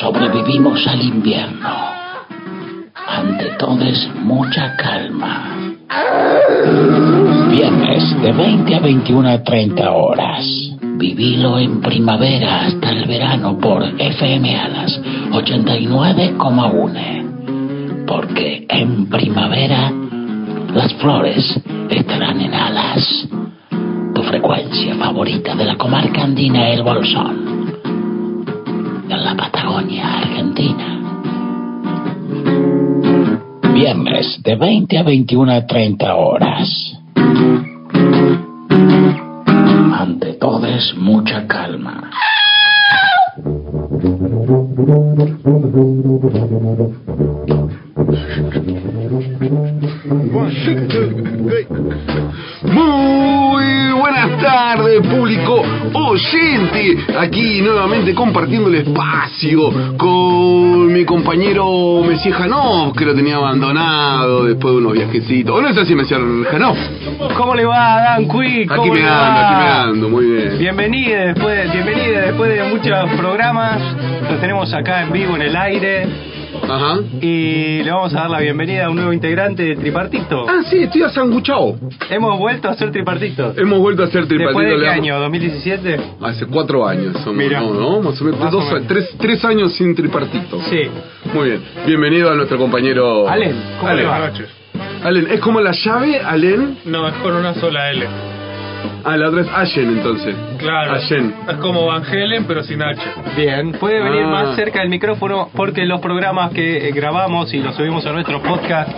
Sobrevivimos al invierno. Ante todo es mucha calma. Viernes de 20 a 21 a 30 horas. Vivilo en primavera hasta el verano por FM Alas 89,1. Porque en primavera las flores estarán en alas. Tu frecuencia favorita de la comarca andina El Bolsón. En la Patagonia, Argentina. Viernes de 20 a 21 a 30 horas. Ante todo es mucha calma. Muy buenas tardes, público oyente. Aquí nuevamente compartiendo el espacio con mi compañero Messier Janov, que lo tenía abandonado después de unos viajecitos. ¿O no es así, Messier Janov? ¿Cómo le va, Dan Quick? Aquí me ando, aquí me ando, muy bien. Bienvenida después, de, bienvenida después de muchos programas. Los tenemos acá en vivo, en el aire. Ajá. Y le vamos a dar la bienvenida a un nuevo integrante de Tripartito. Ah, sí, estoy asanguchado. Hemos vuelto a ser Tripartito. Hemos vuelto a hacer tripartito. ¿Después de le qué damos- año? ¿2017? Hace cuatro años, somos, Mira. ¿no? ¿no? Más o menos, Más dos- o menos. Tres, tres años sin tripartito. Sí. Muy bien, bienvenido a nuestro compañero... Alen, ¿cómo le va? Oh. Alen. Alen, ¿es como la llave, Alen? No, es con una sola L. Ah, la otra es Allen, entonces. Claro. Allen. Es como Van Helen, pero sin H. Bien, puede venir Ah. más cerca del micrófono porque los programas que eh, grabamos y los subimos a nuestro podcast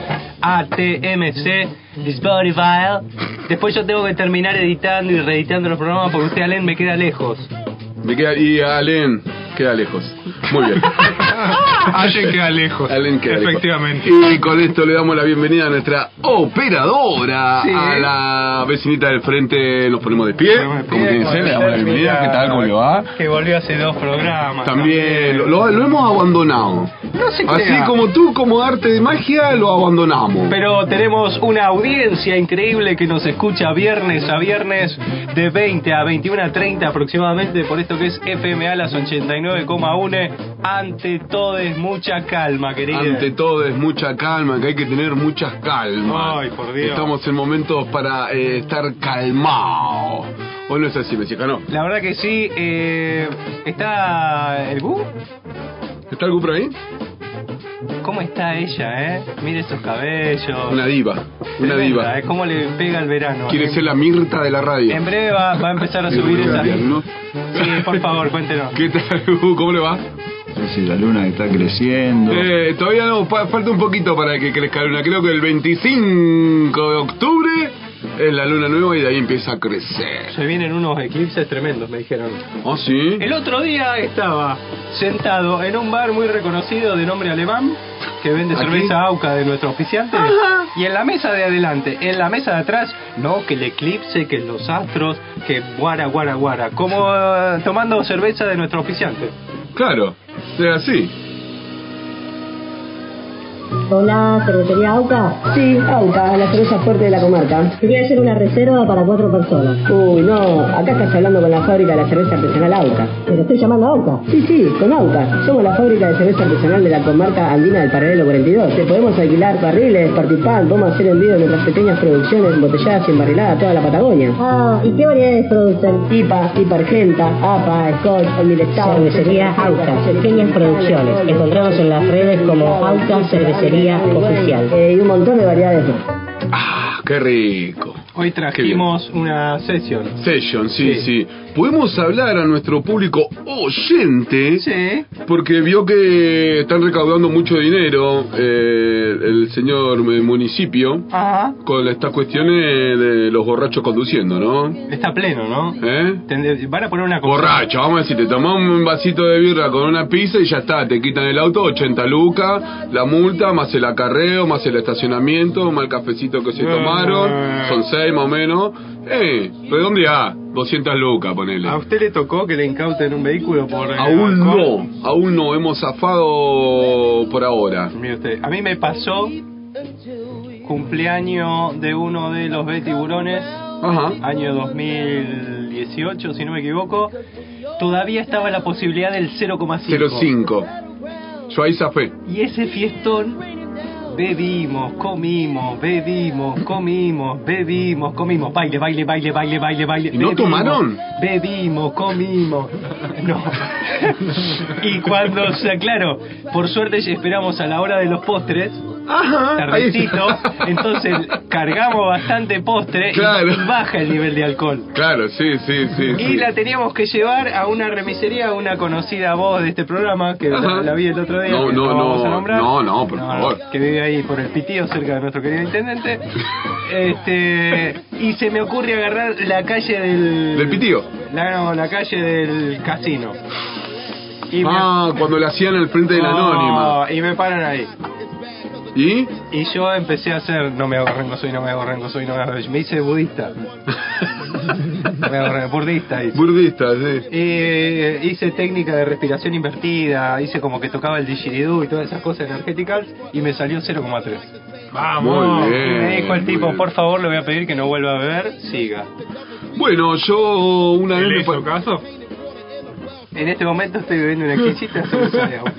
ATMC, Spotify, después yo tengo que terminar editando y reeditando los programas porque usted, Alen, me queda lejos. Me queda, y Allen queda lejos. Muy bien. Allen queda lejos. Allen queda lejos. Efectivamente. Y con esto le damos la bienvenida a nuestra operadora, Sí. a la vecinita del frente. Nos ponemos de pie. Ponemos de pie, Como tiene que ser, le damos la bienvenida. ¿Qué tal? ¿Cómo le va? Que volvió hace dos programas. También lo, lo- lo hemos abandonado. No se crea. Así como tú, como arte de magia, lo abandonamos. Pero tenemos una audiencia increíble que nos escucha viernes a viernes de 20 a 21 a 30 aproximadamente por esto que es FMA las 89,1. Ante todo es mucha calma, querida. Ante todo es mucha calma, que hay que tener muchas calmas. Ay, por Dios. Estamos en momentos para eh, estar calmados. ¿O no es así, mexicano? La verdad que sí, eh, está el Gu. ¿Está algo por ahí? ¿Cómo está ella, eh? Mire esos cabellos. Una diva, una Tremenda, diva. ¿eh? ¿Cómo le pega el verano? Quiere En- ser la Mirta de la radio. En breve va, va a empezar a Qué subir esa. vulgar, ¿no? Sí, por favor, cuéntenos. ¿Qué tal? Hugo? ¿Cómo le va? Es la luna que está creciendo. Eh, todavía no, fa- falta un poquito para que crezca la luna. Creo que el 25 de octubre es la luna nueva y de ahí empieza a crecer. Se vienen unos eclipses tremendos, me dijeron. ¿Oh, sí? El otro día estaba sentado en un bar muy reconocido de nombre alemán que vende ¿Aquí? cerveza Auca de nuestro oficiante y en la mesa de adelante, en la mesa de atrás, no que el eclipse, que los astros, que guara guara guara, como eh, tomando cerveza de nuestro oficiante. Claro, es así. Hola, cervecería AUCA. Sí, AUCA, la cerveza fuerte de la comarca. Quería hacer una reserva para cuatro personas. Uy, no, acá estás hablando con la fábrica de la cerveza artesanal AUCA. ¿Pero estoy llamando a AUCA? Sí, sí, con AUCA. Somos la fábrica de cerveza artesanal de la comarca andina del Paralelo 42. Te podemos alquilar barriles, participar, vamos a hacer envío de nuestras pequeñas producciones embotelladas y embarriladas a toda la Patagonia. Ah, ¿y qué variedades producen? Pipa, pipa argenta, APA, Scotch, Almirestado. Cervecería AUCA, pequeñas producciones. Encontramos en las redes como AUCA Cervecería Oficial. eh, y un montón de variedades más. Ah, qué rico. Hoy bien. trajimos una sesión. Session, sí, Sí. sí, Podemos hablar a nuestro público oyente, Sí. porque vio que están recaudando mucho dinero eh, el señor eh, municipio Ajá. con estas cuestiones de los borrachos conduciendo, ¿no? Está pleno, ¿no? ¿Eh? Tende- Van a poner una cosa. Borracho, vamos a decir, te tomás un vasito de birra con una pizza y ya está, te quitan el auto, 80 lucas, la multa, más el acarreo, más el estacionamiento, más el cafecito que se tomaron, son seis más o menos. Eh, redondeá, 200 lucas, ponele. ¿A usted le tocó que le incauten un vehículo por eh, Aún alcohol? no, aún no, hemos zafado por ahora. Mire usted, a mí me pasó cumpleaños de uno de los B tiburones, Ajá. año 2018, si no me equivoco, todavía estaba la posibilidad del 0,5. 05. Suaíza Fe. Y ese fiestón, bebimos, comimos, bebimos, comimos, bebimos, comimos, baile, baile, baile, baile, baile, baile. ¿Y no bebimos, tomaron? Bebimos, comimos. No. y cuando, o sea, claro, por suerte esperamos a la hora de los postres. Ajá, Ah, ahí Tardecito, está. entonces cargamos bastante postre y- Claro. y baja el nivel de alcohol. Claro, sí, sí, sí. Y sí. la teníamos que llevar a una remisería, a una conocida voz de este programa, que Ajá. la, la vi el otro día. No, que no, vamos no, a nombrar. no, no, por favor. Que vive ahí por el pitío, cerca de nuestro querido intendente. Este, y se me ocurre agarrar la calle del... ¿Del pitío? La, no, la calle del casino. Y me- Ah, cuando la hacían al frente de la No, anónima. Y me paran ahí. ¿Y? Y yo empecé a hacer, no me hago rengo soy, no me hago rengo soy, no me hago rengo. Me hice budista. me hago rengo, budista. hice. Burdista, sí. Eh, hice técnica de respiración invertida, hice como que tocaba el didgeridoo y todas esas cosas energéticas y me salió 0,3. Vamos. Muy bien. Y me dijo el muy tipo, bien. por favor, le voy a pedir que no vuelva a beber, siga. Bueno, yo una vez ¿Le me hizo pa- caso? En este momento estoy bebiendo una exquisita cerveza de agua.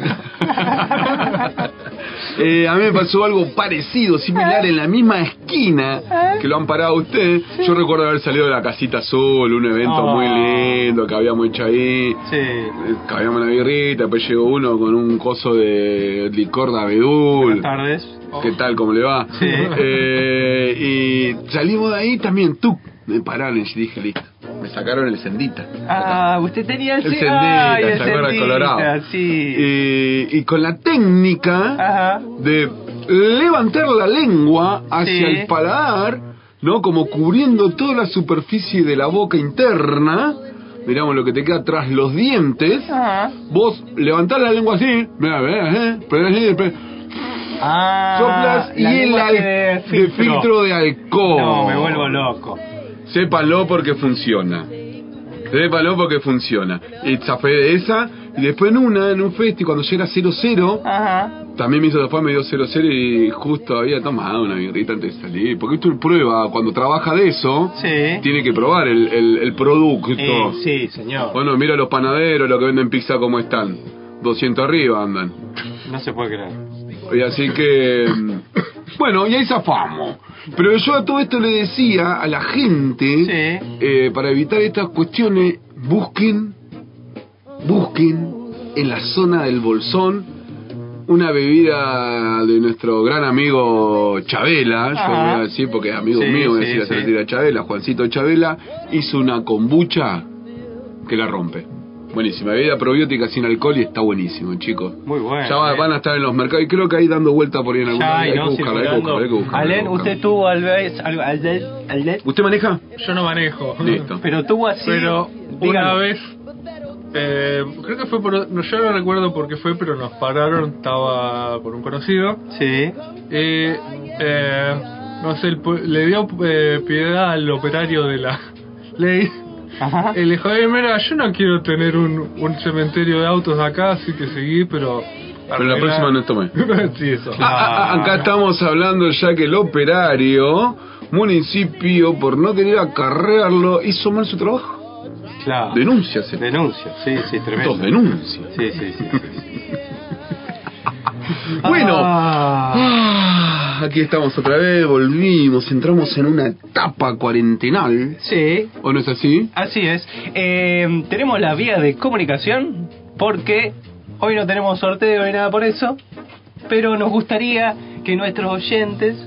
Eh, a mí me pasó algo parecido, similar, en la misma esquina que lo han parado ustedes. Yo recuerdo haber salido de la Casita Azul, un evento Ah. muy lindo que habíamos hecho ahí. Sí. Eh, Cabíamos la birrita, después llegó uno con un coso de licor de abedul. Buenas tardes. ¿Qué tal? ¿Cómo le va? Sí. Eh, y salimos de ahí también, tú. Me pararon y dije, listo. Me sacaron el sendita. Ah, usted tenía el, El ce- sendita, ay, el ¿se acuerda? sendita, Colorado. Sí. Eh, y con la técnica Ajá. de levantar la lengua hacia Sí. el paladar, ¿no? Como cubriendo toda la superficie de la boca interna. Miramos lo que te queda tras los dientes. Ajá. Vos levantás la lengua así, mirá, mirá, eh, pero así, pero- Ah, soplas y la el lengua al- de de filtro de alcohol. No, me vuelvo loco. Sépalo porque funciona. Sépalo porque funciona. Y zafé de esa. Y después en una, en un festi, cuando ya era 0-0, Ajá. también me hizo después, me dio 0-0 y justo había tomado una birrita antes de salir. Porque esto es prueba, cuando trabaja de eso, Sí. tiene que probar el, el- el producto. Eh, sí, señor. Bueno, mira los panaderos, los que venden pizza, cómo están. 200 arriba andan. No se puede creer. Y así que. mm, Bueno, y ahí zafamos. Pero yo a todo esto le decía a la gente, Sí. eh, para evitar estas cuestiones, busquen, busquen en la zona del Bolsón una bebida de nuestro gran amigo Chabela, yo Ajá. voy a decir porque es amigo Sí, mío, voy a sí, decir, hacer sí. decir a Chabela, Juancito Chabela, hizo una kombucha que la rompe. Buenísima, bebida probiótica sin alcohol y está buenísimo, chicos. Muy bueno. Ya va- eh. van a estar en los mercados y creo que ahí dando vuelta por ahí en alguna Ya, hay y que no, buscarla, hay que buscarla, hay que circulando. buscarla, hay que Alén, buscarla. usted tuvo al vez, al, al, al- al- ¿Usted maneja? Yo no manejo. Listo. pero tuvo así. Pero una dígalo. vez, eh, creo que fue por. No, yo no recuerdo por qué fue, pero nos pararon. Estaba por un conocido. Sí. Eh, eh, no sé, el pu- le dio eh, piedad al operario de la ley. Ajá. El dijo, "Eh, mira, yo no quiero tener un, un cementerio de autos acá, así que seguí, pero... Pero la próxima no es tomé. sí, eso. Ah, ah, ah, acá estamos hablando ya que el operario, municipio, por no querer acarrearlo, hizo mal su trabajo. Claro. Denuncias. eh. Denuncio. Sí, sí, tremendo. Dos denuncias. Sí, sí, sí. Bueno. Ah, Ah, aquí estamos otra vez, volvimos, entramos en una etapa cuarentenal. sí. ¿O no es así? Así es. Eh, tenemos la vía de comunicación porque hoy no tenemos sorteo ni nada por eso, pero nos gustaría que nuestros oyentes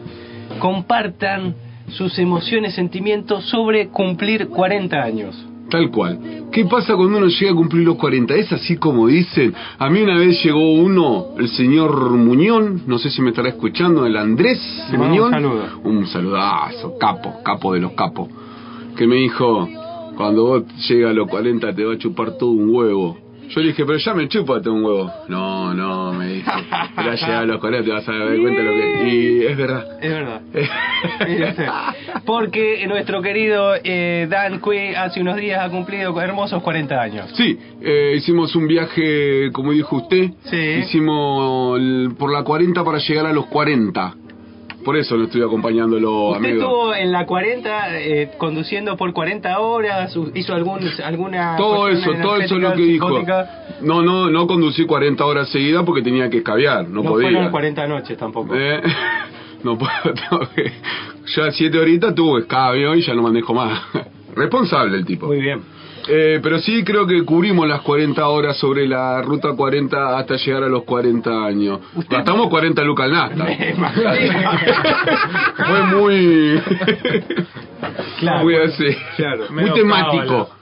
compartan sus emociones, sentimientos sobre cumplir 40 años. Tal cual. ¿Qué pasa cuando uno llega a cumplir los 40? ¿Es así como dicen? A mí una vez llegó uno, el señor Muñón, no sé si me estará escuchando, el Andrés Le mando Muñón. un saludo. Un saludazo, capo, capo de los capos. Que me dijo, cuando vos llegas a los 40 te va a chupar todo un huevo. Yo le dije, pero ya me chupa todo un huevo. No, no, me dijo. Ya llegar a los 40 te vas a dar cuenta lo que... Y es verdad. Es verdad. Porque nuestro querido eh, Dan Cui hace unos días ha cumplido hermosos 40 años. Sí, eh, hicimos un viaje, como dijo usted. Sí. Hicimos el- por la 40 para llegar a los 40. por eso no estoy acompañándolo, Usted amigo. estuvo en la 40 eh, conduciendo por 40 horas, u- hizo algún, alguna... Todo eso, cuestión todo eso es lo energética, que dijo. psicótica. No, no, no conducí 40 horas seguidas porque tenía que escabiar, no, No, podía. fueron 40 noches tampoco. Eh, no puedo, tengo que- ya siete horitas tuve escabio y ya no manejo más. Responsable el tipo. Muy bien. Eh, pero sí creo que cubrimos las 40 horas sobre la ruta 40 hasta llegar a los 40 años. Usted- Gastamos 40 lucas al Nasta. Fue Fue muy... Claro. muy así. claro, muy medio temático.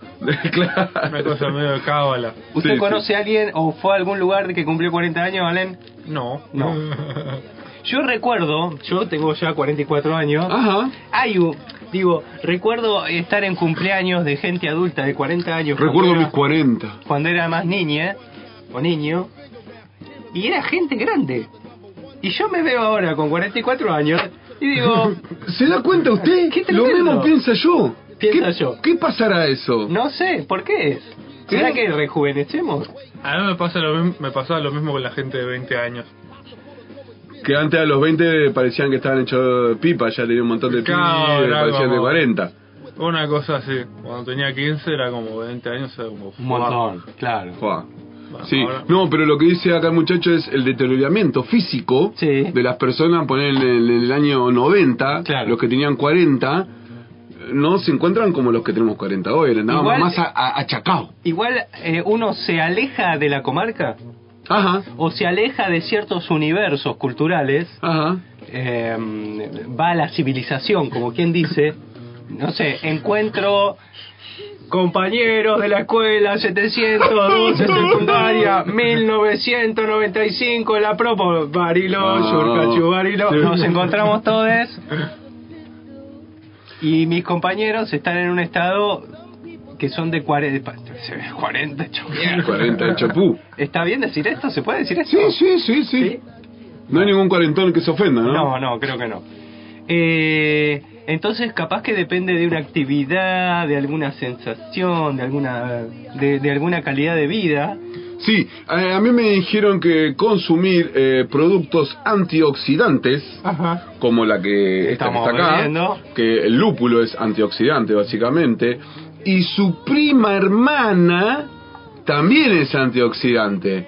Claro. Una cosa medio de cábala. ¿Usted Sí, conoce a alguien o fue a algún lugar que cumplió 40 años, Alén? No, No. Yo recuerdo, yo tengo ya 44 años, Ajá. hay un- digo, recuerdo estar en cumpleaños de gente adulta de 40 años. Recuerdo cuando mis era- 40. Cuando era más niña, o niño, y era gente grande. Y yo me veo ahora con 44 años y digo, ¿Se da cuenta usted? Qué Lo tremendo. mismo piensa yo. Piensa ¿Qué, yo. ¿Qué pasará eso? no sé, ¿por qué es? ¿Será ¿Eh? que rejuvenecemos? A mí me, pasa lo, mismo- me pasaba lo mismo con la gente de 20 años. Que antes a los 20 parecían que estaban hechos pipa, ya tenía un montón de Claro, pibes, parecían de como- 40. Una cosa así, cuando tenía 15 era como 20 años, era como... Un montón, claro. Joa. Sí, ahora- no, pero lo que dice acá el muchacho es el deterioramiento físico Sí. de las personas, poner en el, en el año 90, Claro. los que tenían 40, no se encuentran como los que tenemos 40 hoy, andábamos Igual- más a- a- achacados. Igual eh, uno se aleja de la comarca Ajá, o se aleja de ciertos universos culturales, ajá. eh, va a la civilización, como quien dice, no sé, encuentro compañeros de la escuela 712 secundaria 1995 la propo Barilo, Ah. Yurcachu Barilo, nos encontramos todos y mis compañeros están en un estado que son de 40 40 hecho mierda. 40 de chapú. ¿Está bien decir esto? ¿Se puede decir esto? Sí, sí, sí, sí. No hay ningún cuarentón que se ofenda, ¿no? No, no, creo que no. Eh, entonces, capaz que depende de una actividad, de alguna sensación, de alguna, de, de alguna calidad de vida. Sí, eh, a mí me dijeron que consumir eh, productos antioxidantes, Ajá. como la que esta que Estamos está acá, bebiendo. que el lúpulo es antioxidante básicamente, y su prima hermana también es antioxidante.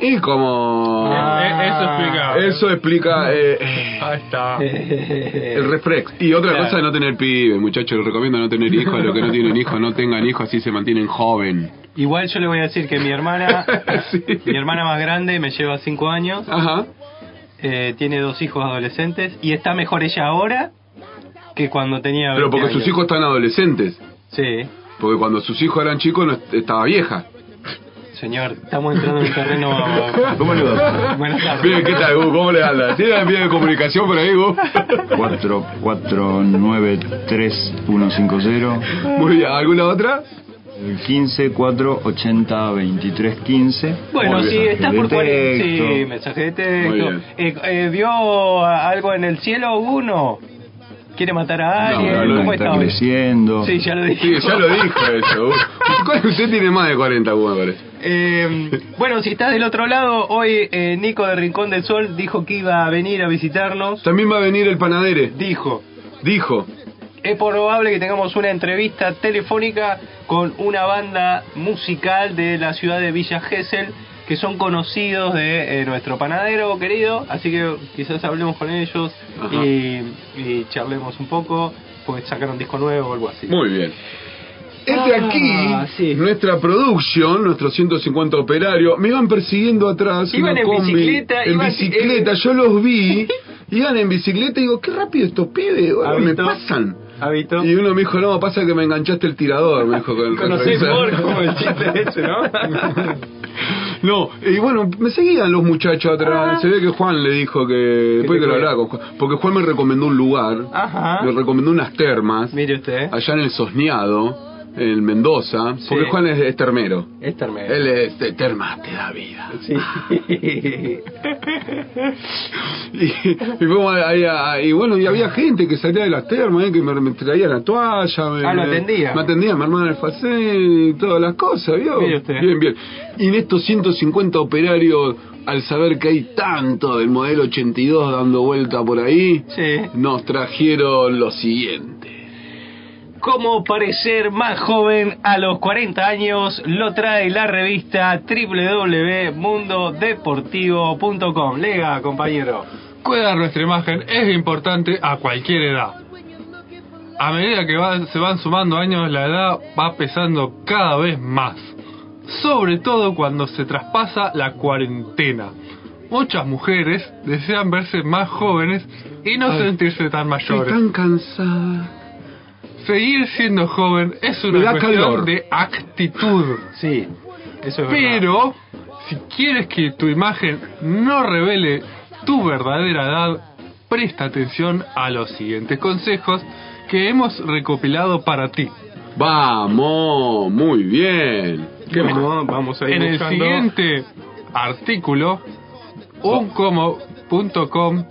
Y como... Ah. Eh, Eso explicaba. Eso explica eh, eh, Ahí está. el reflex. Y otra Claro. cosa es no tener pibe, muchachos, les recomiendo no tener hijos, los que no tienen hijos no tengan hijos, así se mantienen joven. Igual yo le voy a decir que mi hermana, Sí. mi hermana más grande, me lleva cinco años, Ajá. eh, tiene dos hijos adolescentes y está mejor ella ahora que cuando tenía. Pero 20 porque sus años. hijos están adolescentes. Sí, Porque cuando sus hijos eran chicos no est- estaba vieja. señor, estamos entrando en un terreno. ¿Cómo le va? Buenas tardes. Bien, ¿qué tal, Gus? ¿Cómo le andas? ¿Tiene bien de comunicación por ahí, Gus? 4493150 Muy bien, ¿alguna otra? 15 4 80 23 15 Bueno, Muy si bien. estás De por 40. texto. Sí, mensaje de Muy texto. bien. Eh, eh, ¿Vio a- algo en el cielo uno? ¿Quiere matar a la No, alguien? no, no, luna ¿Cómo está está hoy? creciendo Sí, ya lo dije. Sí, ya lo dijo eso, Gus. ¿Cuál- Usted tiene más de 40, Gus, me parece. Eh, bueno, si estás del otro lado, hoy eh, Nico de Rincón del Sol dijo que iba a venir a visitarnos. También va a venir el panadere. Dijo, Dijo. es probable que tengamos una entrevista telefónica con una banda musical de la ciudad de Villa Gesell que son conocidos de eh, nuestro panadero querido, así que quizás hablemos con ellos Ajá. y, y charlemos un poco, porque sacaron disco nuevo o algo así. Muy bien. Entre Ah, aquí, sí. nuestra producción, nuestros 150 operarios, me iban persiguiendo atrás. Iban una en combi, bicicleta, En iban- bicicleta, yo los vi. Iban en bicicleta y digo, qué rápido estos pibes, boludo, me ¿Habito? pasan. ¿Habito? Y uno me dijo, no, pasa que me enganchaste el tirador, me dijo. Con, con- Conocés por como el chiste ese, ¿no? No, y bueno, me seguían los muchachos atrás. Se ve que Juan le dijo Ah. que... Después que lo hablaba con Juan. Porque Juan me recomendó un lugar. Ajá. Me recomendó unas termas. Mire usted, allá en el Sosneado, en Mendoza, Sí. porque Juan es, es termero. es tremendo. Él es de termas, te da vida. Sí. Y, y fuimos ahí a- y bueno, y había gente que salía de las termas, eh, que me, me traía la toalla. Me, Ah, lo me- atendía. Me atendía, mi hermana el facé y todas las cosas, ¿vio? Mire usted. Bien, bien. Y en estos 150 operarios al saber que hay tanto del modelo 82 dando vuelta por ahí, Sí. nos trajeron lo siguiente. Cómo parecer más joven a los 40 años lo trae la revista www.mundodeportivo.com. Lega, compañero. Cuidar nuestra imagen es importante a cualquier edad. A medida que va- se van sumando años, la edad va pesando cada vez más. Sobre todo cuando se traspasa la cuarentena. Muchas mujeres desean verse más jóvenes y no Ay. sentirse tan Estoy mayores. tan cansada. Seguir siendo joven es Me da una cuestión calor. de actitud. Sí, eso es verdad. Pero si quieres que tu imagen no revele tu verdadera edad, presta atención a los siguientes consejos que hemos recopilado para ti. Vamos, muy bien. ¿Qué Bueno, vamos a ir En el buscando. siguiente artículo, uncomo.com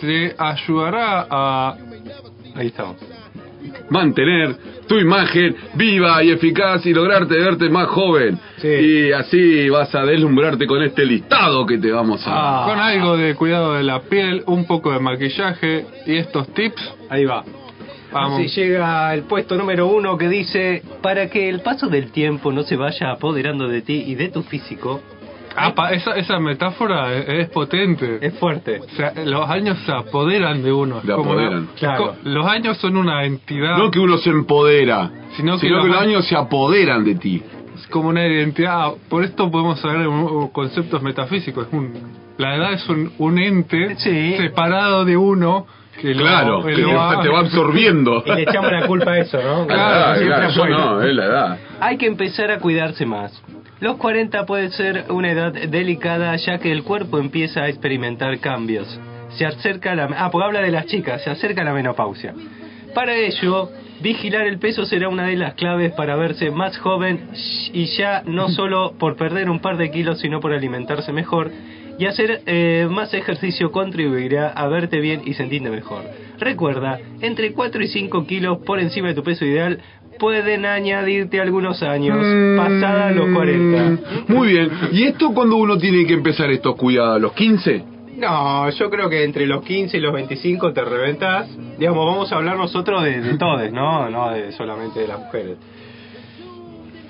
te ayudará a Ahí estamos. Mantener tu imagen viva y eficaz y lograrte verte más joven. Sí. Y así vas a deslumbrarte con este listado que te vamos a... dar. Ah. con algo de cuidado de la piel, un poco de maquillaje y estos tips. Ahí va. Vamos. Así llega el puesto número uno que dice, para que el paso del tiempo no se vaya apoderando de ti y de tu físico, Ah, pa- esa, esa metáfora es, es potente. es fuerte. O sea, los años se apoderan de uno. Le Como una- apoderan. Claro. co- Los años son una entidad, No que uno se empodera, sino Sino que que, los los años- años se apoderan de ti. es como una identidad. Ah, Por esto podemos hablar de un- conceptos metafísicos. Es un- la edad es un, un ente Sí. separado de uno que lo- Claro, que que te lo va, ha- te va absorbiendo. Y le echamos la culpa a eso, ¿no? Es la edad, siempre claro, yo afuera. no, es la edad. Hay que empezar a cuidarse más. Los 40 puede ser una edad delicada ya que el cuerpo empieza a experimentar cambios. Se acerca la... Ah, porque habla de las chicas, se acerca la menopausia. Para ello, vigilar el peso será una de las claves para verse más joven y ya no solo por perder un par de kilos, sino por alimentarse mejor. Y hacer eh, más ejercicio contribuirá a verte bien y sentirte mejor. Recuerda, entre 4 y 5 kilos por encima de tu peso ideal pueden añadirte algunos años, pasada los 40. Mm, Muy bien. ¿Y esto cuando uno tiene que empezar estos cuidados? ¿A los 15? No, yo creo que entre los 15 y los 25 te reventas. Digamos, vamos a hablar nosotros de, de todos, ¿no? No de solamente de las mujeres.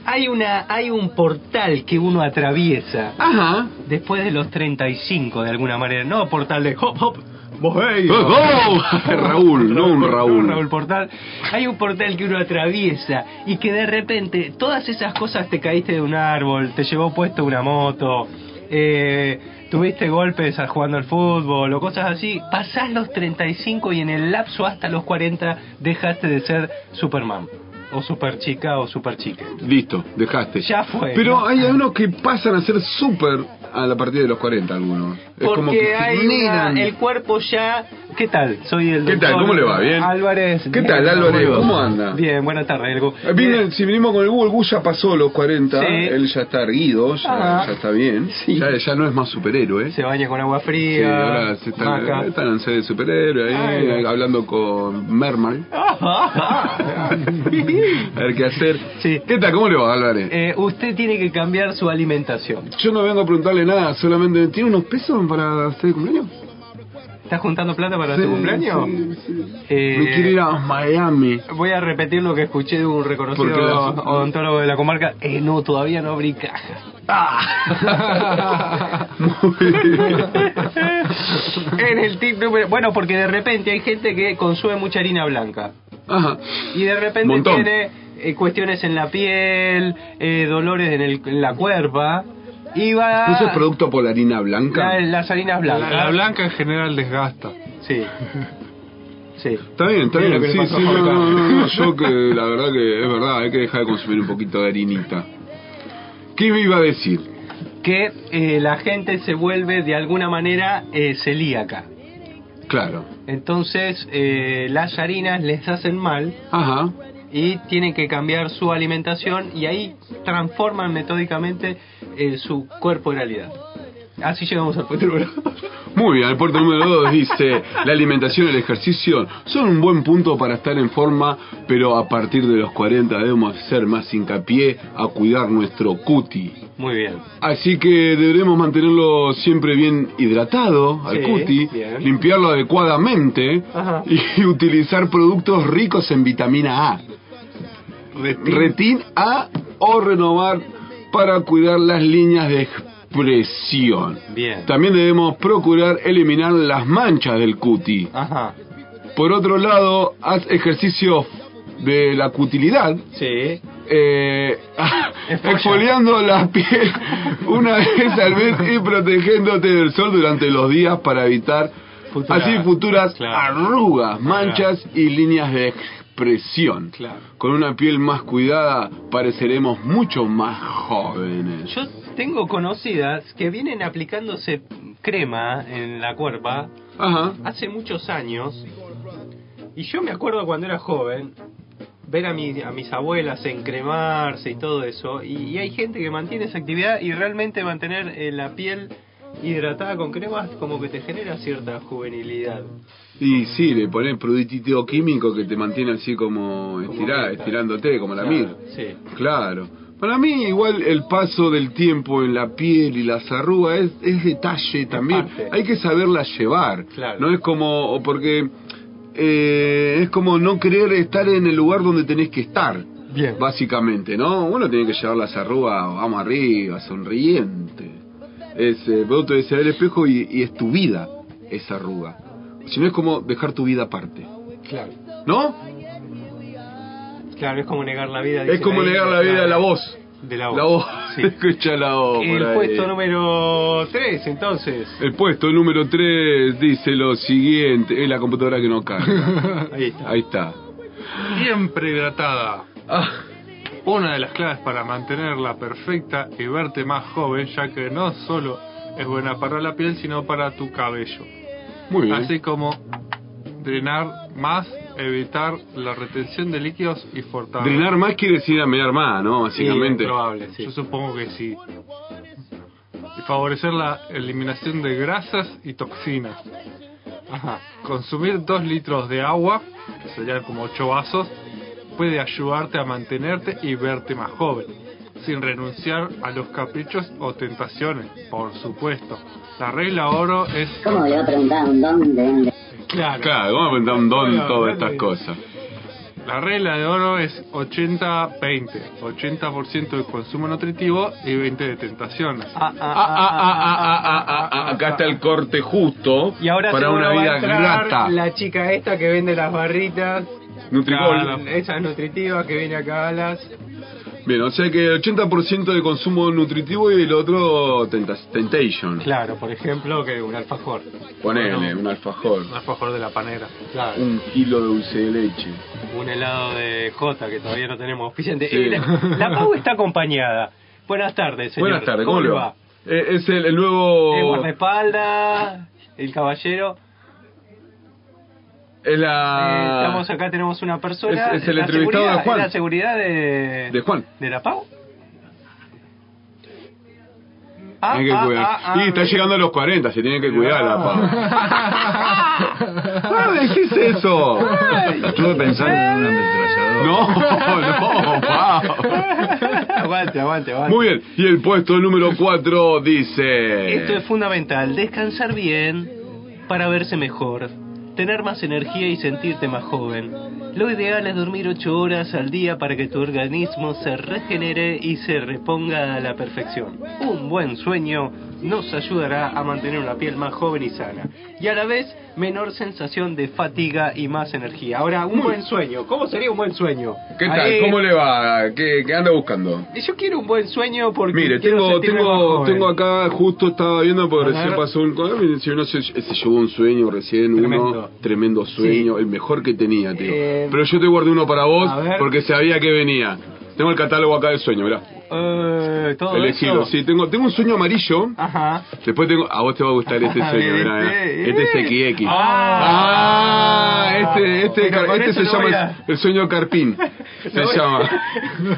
Hay, una, hay un portal que uno atraviesa Ajá. después de los 35, de alguna manera. No portal de hop, hop. Vos, hey, Oh, oh, Raúl, no un Raúl. Raúl Portal. Hay un portal que uno atraviesa y que de repente todas esas cosas te caíste de un árbol, te llevó puesto una moto, eh, tuviste golpes al- jugando al fútbol o cosas así. Pasás los 35 y en el lapso hasta los 40 dejaste de ser Superman o Superchica o Superchique. Listo, dejaste. Ya fue. Pero hay unos que pasan a ser súper a la partida de los 40, algunos. Es como Porque que hay generan- una- el cuerpo ya... ¿Qué tal? Soy el ¿Qué tal? doctor ¿Cómo le va? ¿Bien? Álvarez. ¿Qué tal, Bien, Álvarez? ¿cómo le va? ¿Cómo anda? Bien, buenas tardes, Elgo. Eh, vine- si vinimos con el Google, Gu ya pasó los 40, Sí. él ya está erguido, ya, Ah. ya está bien, Sí. ya, ya no es más superhéroe. Se baña con agua fría. Sí, ahora se están, maca. están en serie de superhéroe ahí, Ay. hablando con Merman, Ah. a ver qué hacer. Sí. ¿Qué tal? ¿Cómo le va, Álvarez? Eh, usted tiene que cambiar su alimentación. Yo no vengo a preguntarle nada, solamente ¿tiene unos pesos para hacer el cumpleaños? ¿Está juntando plata para Sí, su cumpleaños? sí, sí. Eh, Me quiero ir a Miami. Voy a repetir lo que escuché de un reconocido Porque la- odontólogo de la comarca. Eh, no, todavía no abrí caja. Ah. en el tip número... Bueno, porque de repente hay gente que consume mucha harina blanca. Ajá. Y de repente Montón. tiene eh, cuestiones en la piel, eh, dolores en, el- en la cuerpa. Y va... ¿Eso es producto por la harina blanca? La- las harinas la, blancas. la blanca en general desgasta. Sí. Sí. Está bien, está Mira bien. lo que le Sí, pasó sí, a no, Jorge. no, no, no, yo que la verdad que es verdad, hay que dejar de consumir un poquito de harinita. ¿Qué me iba a decir? Que eh, la gente se vuelve de alguna manera eh, celíaca. Claro. Entonces eh, las harinas les hacen mal Ajá. y tienen que cambiar su alimentación y ahí transforman metódicamente eh, su cuerpo en realidad. Así llegamos al petróleo. Muy bien, el puerto número 2 dice, la alimentación y el ejercicio son un buen punto para estar en forma, pero a partir de los 40 debemos hacer más hincapié a cuidar nuestro cuti. Muy bien. Así que deberemos mantenerlo siempre bien hidratado al Sí, cuti, bien. limpiarlo adecuadamente Ajá. y utilizar productos ricos en vitamina A, retin A o renovar para cuidar las líneas de expresión. Bien. También debemos procurar eliminar las manchas del cuti. Ajá. Por otro lado, haz ejercicio de la cutilidad, Sí. eh, Exfoliar. exfoliando la piel una vez al mes y protegiéndote del sol durante los días para evitar Futuras, así futuras claro. arrugas, manchas y líneas de expresión. Claro. Con una piel más cuidada pareceremos mucho más jóvenes. Yo tengo conocidas que vienen aplicándose crema en la cuerpa Ajá. hace muchos años. Y yo me acuerdo cuando era joven ver a, mi- a mis abuelas encremarse y todo eso. Y, y hay gente que mantiene esa actividad y realmente mantener eh, la piel hidratada con cremas como que te genera cierta juvenilidad. Y sí, le pones pruditito químico que te mantiene así como estirá, que está. estirándote, como la mira. Sí. Claro. Para mí igual el paso del tiempo en la piel y las arrugas es, es detalle también. parte. Hay que saberla llevar. Claro. No es como, o porque eh, es como no querer estar en el lugar donde tenés que estar, Bien. básicamente, ¿no? Uno tiene que llevar las arrugas, vamos arriba, sonriente. Es, eh, vos te ves al espejo y, y es tu vida esa arruga. Si no es como dejar tu vida aparte. Claro. ¿No? Claro, es como negar la vida. Es dicen como ahí, negar la vida a la claro, voz. De la voz. La voz. Sí. Escucha la voz. por El ahí. puesto número 3, entonces. El puesto número 3 dice lo siguiente. Es la computadora que no carga. Ahí está. Ahí está. Siempre hidratada. Ah, Una de las claves para mantenerla perfecta y verte más joven, ya que no solo es buena para la piel, sino para tu cabello. muy bien. Así como drenar más, evitar la retención de líquidos y fortalecer. Drenar más quiere decir mear más, ¿no? Sí, Básicamente. es probable, Yo supongo que sí. Y favorecer la eliminación de grasas y toxinas. Ajá. Consumir 2 litros de agua, que serían como 8 vasos, puede ayudarte a mantenerte y verte más joven, sin renunciar a los caprichos o tentaciones, por supuesto. La regla oro es... ¿Cómo le va a preguntar dónde, dónde? Claro. Claro, vamos a preguntar un don Claro, todas estas claro. cosas. La regla de oro es 80-20, 80% de consumo nutritivo y 20% de tentaciones. Ah, ah, Ah, ah, ah, ah, ah, ah, ah, ah, acá está el corte justo Y ahora para seguro una va a vida entrar grata. La chica esta que vende las barritas. Nutrigol. Claro, Esa nutritiva que viene acá a las. Bien, o sea que el 80% de consumo nutritivo y el otro tentas- Temptation. Claro, por ejemplo, que un alfajor. Ponele, un alfajor. Un alfajor de la panera. Claro. Un kilo de dulce de leche. Un helado de J que todavía no tenemos auspiciante. Sí. Y La, la Pau está acompañada. Buenas tardes, señor. Buenas tardes, ¿cómo le va? Eh, es el, el nuevo... El guardaespaldas, el caballero. es Eh, la... estamos acá, tenemos una persona. Ah. Es- es el La entrevistado seguridad- de Juan. ¿es La seguridad de. De Juan. ¿De la Pau? Ah, Hay que cuidar. y está me- llegando a los 40, se tiene que cuidar la Ah. pava. ¿Cómo dijiste eso? Estuve pensando en una Eh. ametralladora. No, no, Pau. aguante, aguante, aguante. Muy bien, y el puesto número 4 dice... Esto es fundamental. Descansar bien para verse mejor. Tener más energía y sentirte más joven. Lo ideal es dormir 8 horas al día para que tu organismo se regenere y se reponga a la perfección. Un buen sueño nos ayudará a mantener una piel más joven y sana. Y a la vez, menor sensación de fatiga y más energía. Ahora, un buen sueño. ¿Cómo sería un buen sueño? ¿Qué tal? Ahí- ¿Cómo le va? ¿Qué, qué anda buscando? Yo quiero un buen sueño porque. Mire, quiero tengo, sentirme más tengo, joven. tengo acá, justo estaba viendo porque A recién ver. pasó un... ah, mire, Si uno se, se llevó un sueño recién, uno, Tremendo. tremendo sueño, el mejor que tenía, tío. Eh, Pero yo te guardé uno para vos a ver. porque sabía que venía. Tengo el catálogo acá del sueño, mirá. Eh, todo Elegido, eso. sí. Tengo, tengo un sueño amarillo. Ajá. Después tengo... A vos te va a gustar este sueño, mirá, mirá. ¿Viste? Este es XX. Ah. Ah, este, este, Pero con este eso se no voy llama a- el sueño carpín. se llama.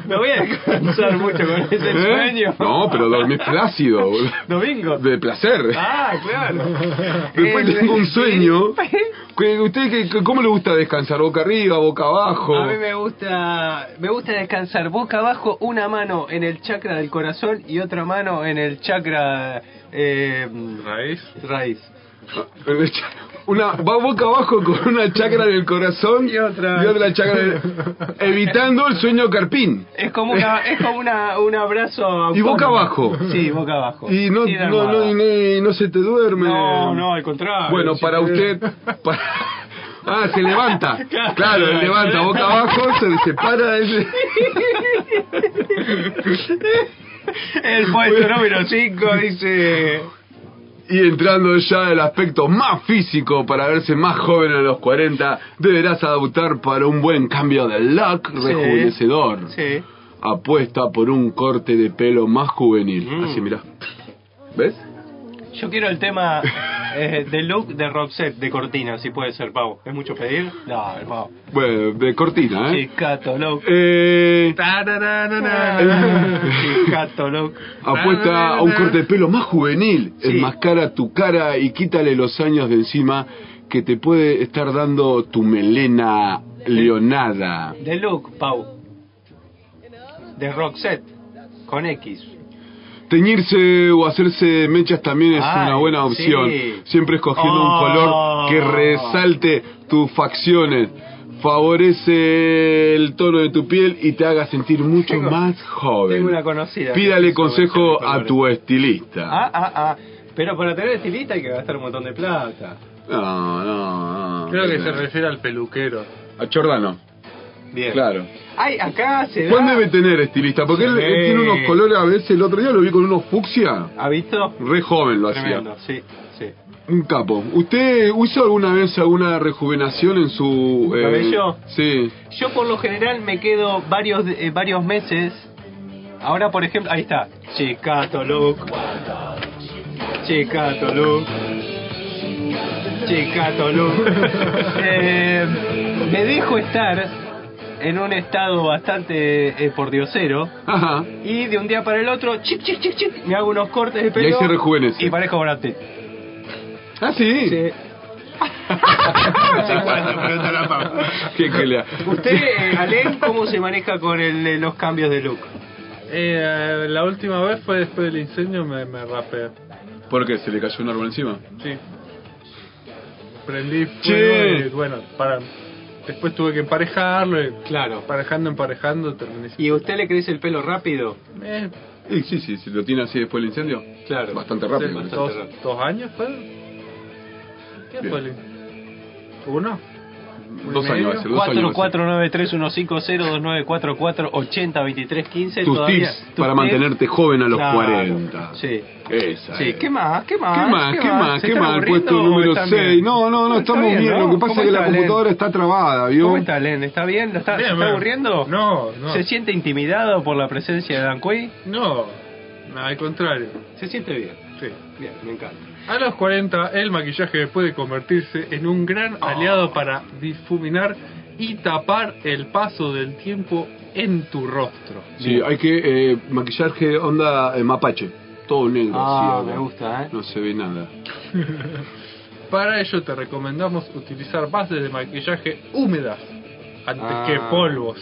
Me voy a descansar mucho con ese ¿Eh? sueño. No, pero dormís plácido, boludo. Domingo. De placer. Ah, claro. Después El- tengo un sueño. Que ¿Usted que, cómo le gusta descansar? ¿Boca arriba, boca abajo? A mí me gusta, me gusta descansar boca abajo, una mano en el chakra del corazón y otra mano en el chakra eh, Raíz. raíz. Una, va boca abajo con una chacra del corazón Y otra. chacra del- evitando el sueño carpín. Es como una, es como una, un abrazo. Y autónomo. boca abajo. Sí, boca abajo. Y no, Sin no, no, armada. y no, y no se te duerme. no, no, al contrario. Bueno, Si para te- usted. para- Ah, se levanta. Claro. Claro, él levanta boca abajo, se separa. Ese... El puesto número 5 dice. Y entrando ya el aspecto más físico para verse más joven a los 40, deberás adoptar para un buen cambio de look rejuvenecedor. Sí. Apuesta por un corte de pelo más juvenil. Mm. Así, mirá. ¿Ves? Yo quiero el tema eh, de look de Roxette de Cortina, si puede ser, Pau. ¿Es mucho pedir? No, el Pau. Bueno, de cortina, ¿eh? Chicato look. Eh, Chicato look. apuesta a un corte de pelo más juvenil. Sí. Enmascara tu cara y quítale los años de encima que te puede estar dando tu melena leonada. De look, Pau. De Roxette. Con X. Teñirse o hacerse mechas también es Ay, una buena opción. sí. Siempre escogiendo Oh. un color que resalte tus facciones. Favorece el tono de tu piel y te haga sentir mucho Tengo- más joven. tengo una conocida que Pídale hizo consejo versión de este a tu estilista. Ah, ah, ah. Pero para tener estilista hay que gastar un montón de plata. No, no, no. Creo que se refiere al peluquero. A Chordano, Bien. claro. Ay, acá se da... ¿Cuál debe tener estilista? Porque él, Sí. él tiene unos colores, a veces el otro día lo vi con unos fucsia. ¿Ha visto? Re joven lo hacía. Tremendo, sí, sí. Un capo. ¿Usted hizo alguna vez alguna rejuvenación en su... eh, ¿Cabello? Sí. Yo por lo general me quedo varios eh, varios meses. Ahora, por ejemplo, ahí está. Chicato look. Chicato look. Chicato look. Eh, me dejo estar en un estado bastante eh, pordiosero. Ajá. Y de un día para el otro, chip, chip, chip, chip, me hago unos cortes de pelo. ahí se rejuvenece. Y parezco Brad Pitt. Ah, sí. Ah, Sí. Qué genial. Usted, eh, Alén, ¿cómo se maneja con el, eh, los cambios de look? Eh, la última vez fue después del incendio, me, me rapé. ¿Por qué? ¿Se le cayó un árbol encima? Sí. Prendí fuego Che. y bueno, para. Después tuve que emparejarlo y Claro. emparejando, emparejando, terminé. ¿Y a usted le crece el pelo rápido? Eh, Y sí, sí, si lo tiene así después del incendio. Claro. Bastante rápido. hace bastante dos, rápido. dos años fue? ¿Qué Bien. fue? el- ¿Uno? Dos años va a ser, dos años. va a ser. 4493-150-294-40-80-23-15. Tus todavía- tips tus para tips. mantenerte joven a los Claro. 40. Sí. Esa. Sí, es. ¿qué más? Ah, ¿Qué más? ¿Qué más? ¿Qué más? ¿Se ¿Qué están más? El aburriendo puesto o número están 6. bien? No, no, no, Está estamos bien. ¿no? Lo que pasa ¿Cómo es que la está, Len? computadora está trabada, ¿vio? ¿Cómo está, Len? ¿Está bien? ¿Lo está, ¿Se Bien, está bien. aburriendo? No, no. ¿Se siente intimidado por la presencia de Dan Cui? No, no, al contrario. Se siente bien. Sí. Bien, me encanta. A los 40, el maquillaje puede convertirse en un gran aliado para difuminar y tapar el paso del tiempo en tu rostro. Sí, hay que eh, maquillaje onda eh, mapache. Todo negro. Ah, así, me ¿no? gusta, ¿eh? No se ve nada. Para ello te recomendamos utilizar bases de maquillaje húmedas antes Ah. que polvos.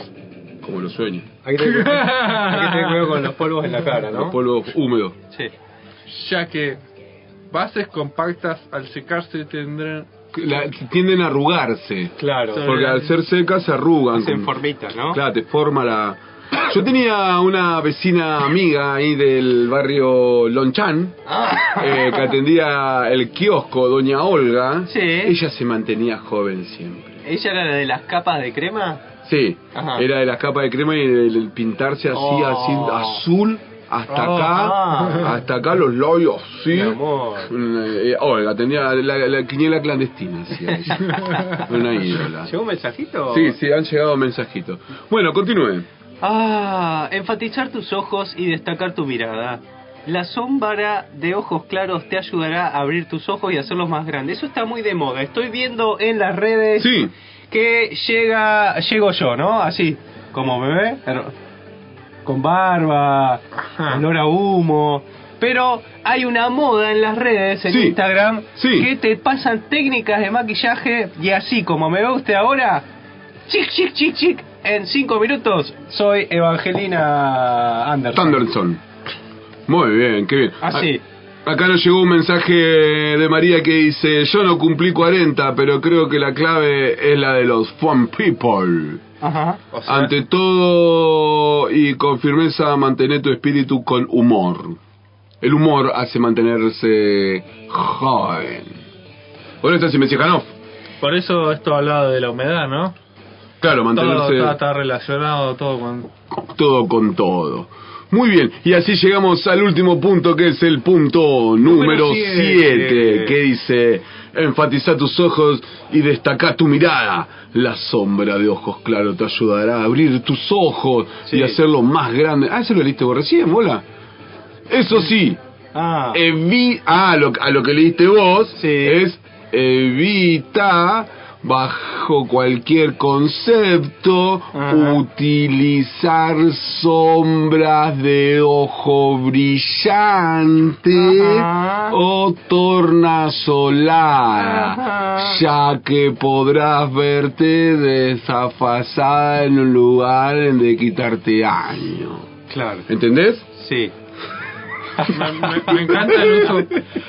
Como los sueños. Hay que tener hay que tener cuidado con los polvos en la cara, Los ¿no? polvos húmedos. Sí. Ya que bases compactas al secarse tendrán La- tienden a arrugarse. Claro. Porque al ser secas se arrugan. Se como- informita, ¿no? Claro, te forma la... Yo tenía una vecina amiga ahí del barrio Lonchan Ah, eh, que atendía el kiosco, Doña Olga. Sí. Ella se mantenía joven siempre. ¿Ella era la de las capas de crema? Sí, Ajá. era de las capas de crema y del del pintarse así, Oh. así azul, hasta Oh, acá, ah. hasta acá los labios, sí. Mi amor. Eh, Olga, tenía la, la quiniela clandestina, hacía ella. Una ídola. ¿Llegó un mensajito? Sí, sí, han llegado mensajitos. Bueno, continúe. Ah, enfatizar tus ojos y destacar tu mirada. La sombra de ojos claros te ayudará a abrir tus ojos y hacerlos más grandes. Eso está muy de Eh. moda. Estoy viendo en las redes Sí. que llega, llego yo, ¿no? Así. como bebé, her- con barba, Ajá. olor a humo. Pero hay una moda en las redes, en Sí. Instagram, Sí. que te pasan técnicas de maquillaje y así como me ve usted ahora, chic, chic, chic, chic, en cinco minutos soy Evangelina Anderson. Thunderson. Muy bien, qué bien. Así. A- Acá nos llegó un mensaje de María que dice, yo no cumplí 40, pero creo que la clave es la de los fun people. Ajá. O sea, Ante todo y con firmeza mantener tu espíritu con humor. El humor hace mantenerse joven. Bueno, esto es Mesijanov. Por eso esto hablaba de la humedad, ¿no? Claro, Todo mantenerse está, está relacionado todo con... todo con todo. Muy bien, y así llegamos al último punto que es el punto número siete. 7, que dice, enfatiza tus ojos y destaca tu mirada. La sombra de ojos, claro, te ayudará a abrir tus ojos y Sí. hacerlo más grande. Ah, eso lo leíste vos recién, bola. Eso sí, Ah. evi ah, lo- a lo que leíste vos Sí. es evita bajo cualquier concepto Ajá. utilizar sombras de ojo brillante Ajá. Eh, o tornasolar Ajá. ya que podrás verte desafasada en un lugar en de quitarte año Claro. ¿entendés? Sí. Ah, Me, me- me encanta el uso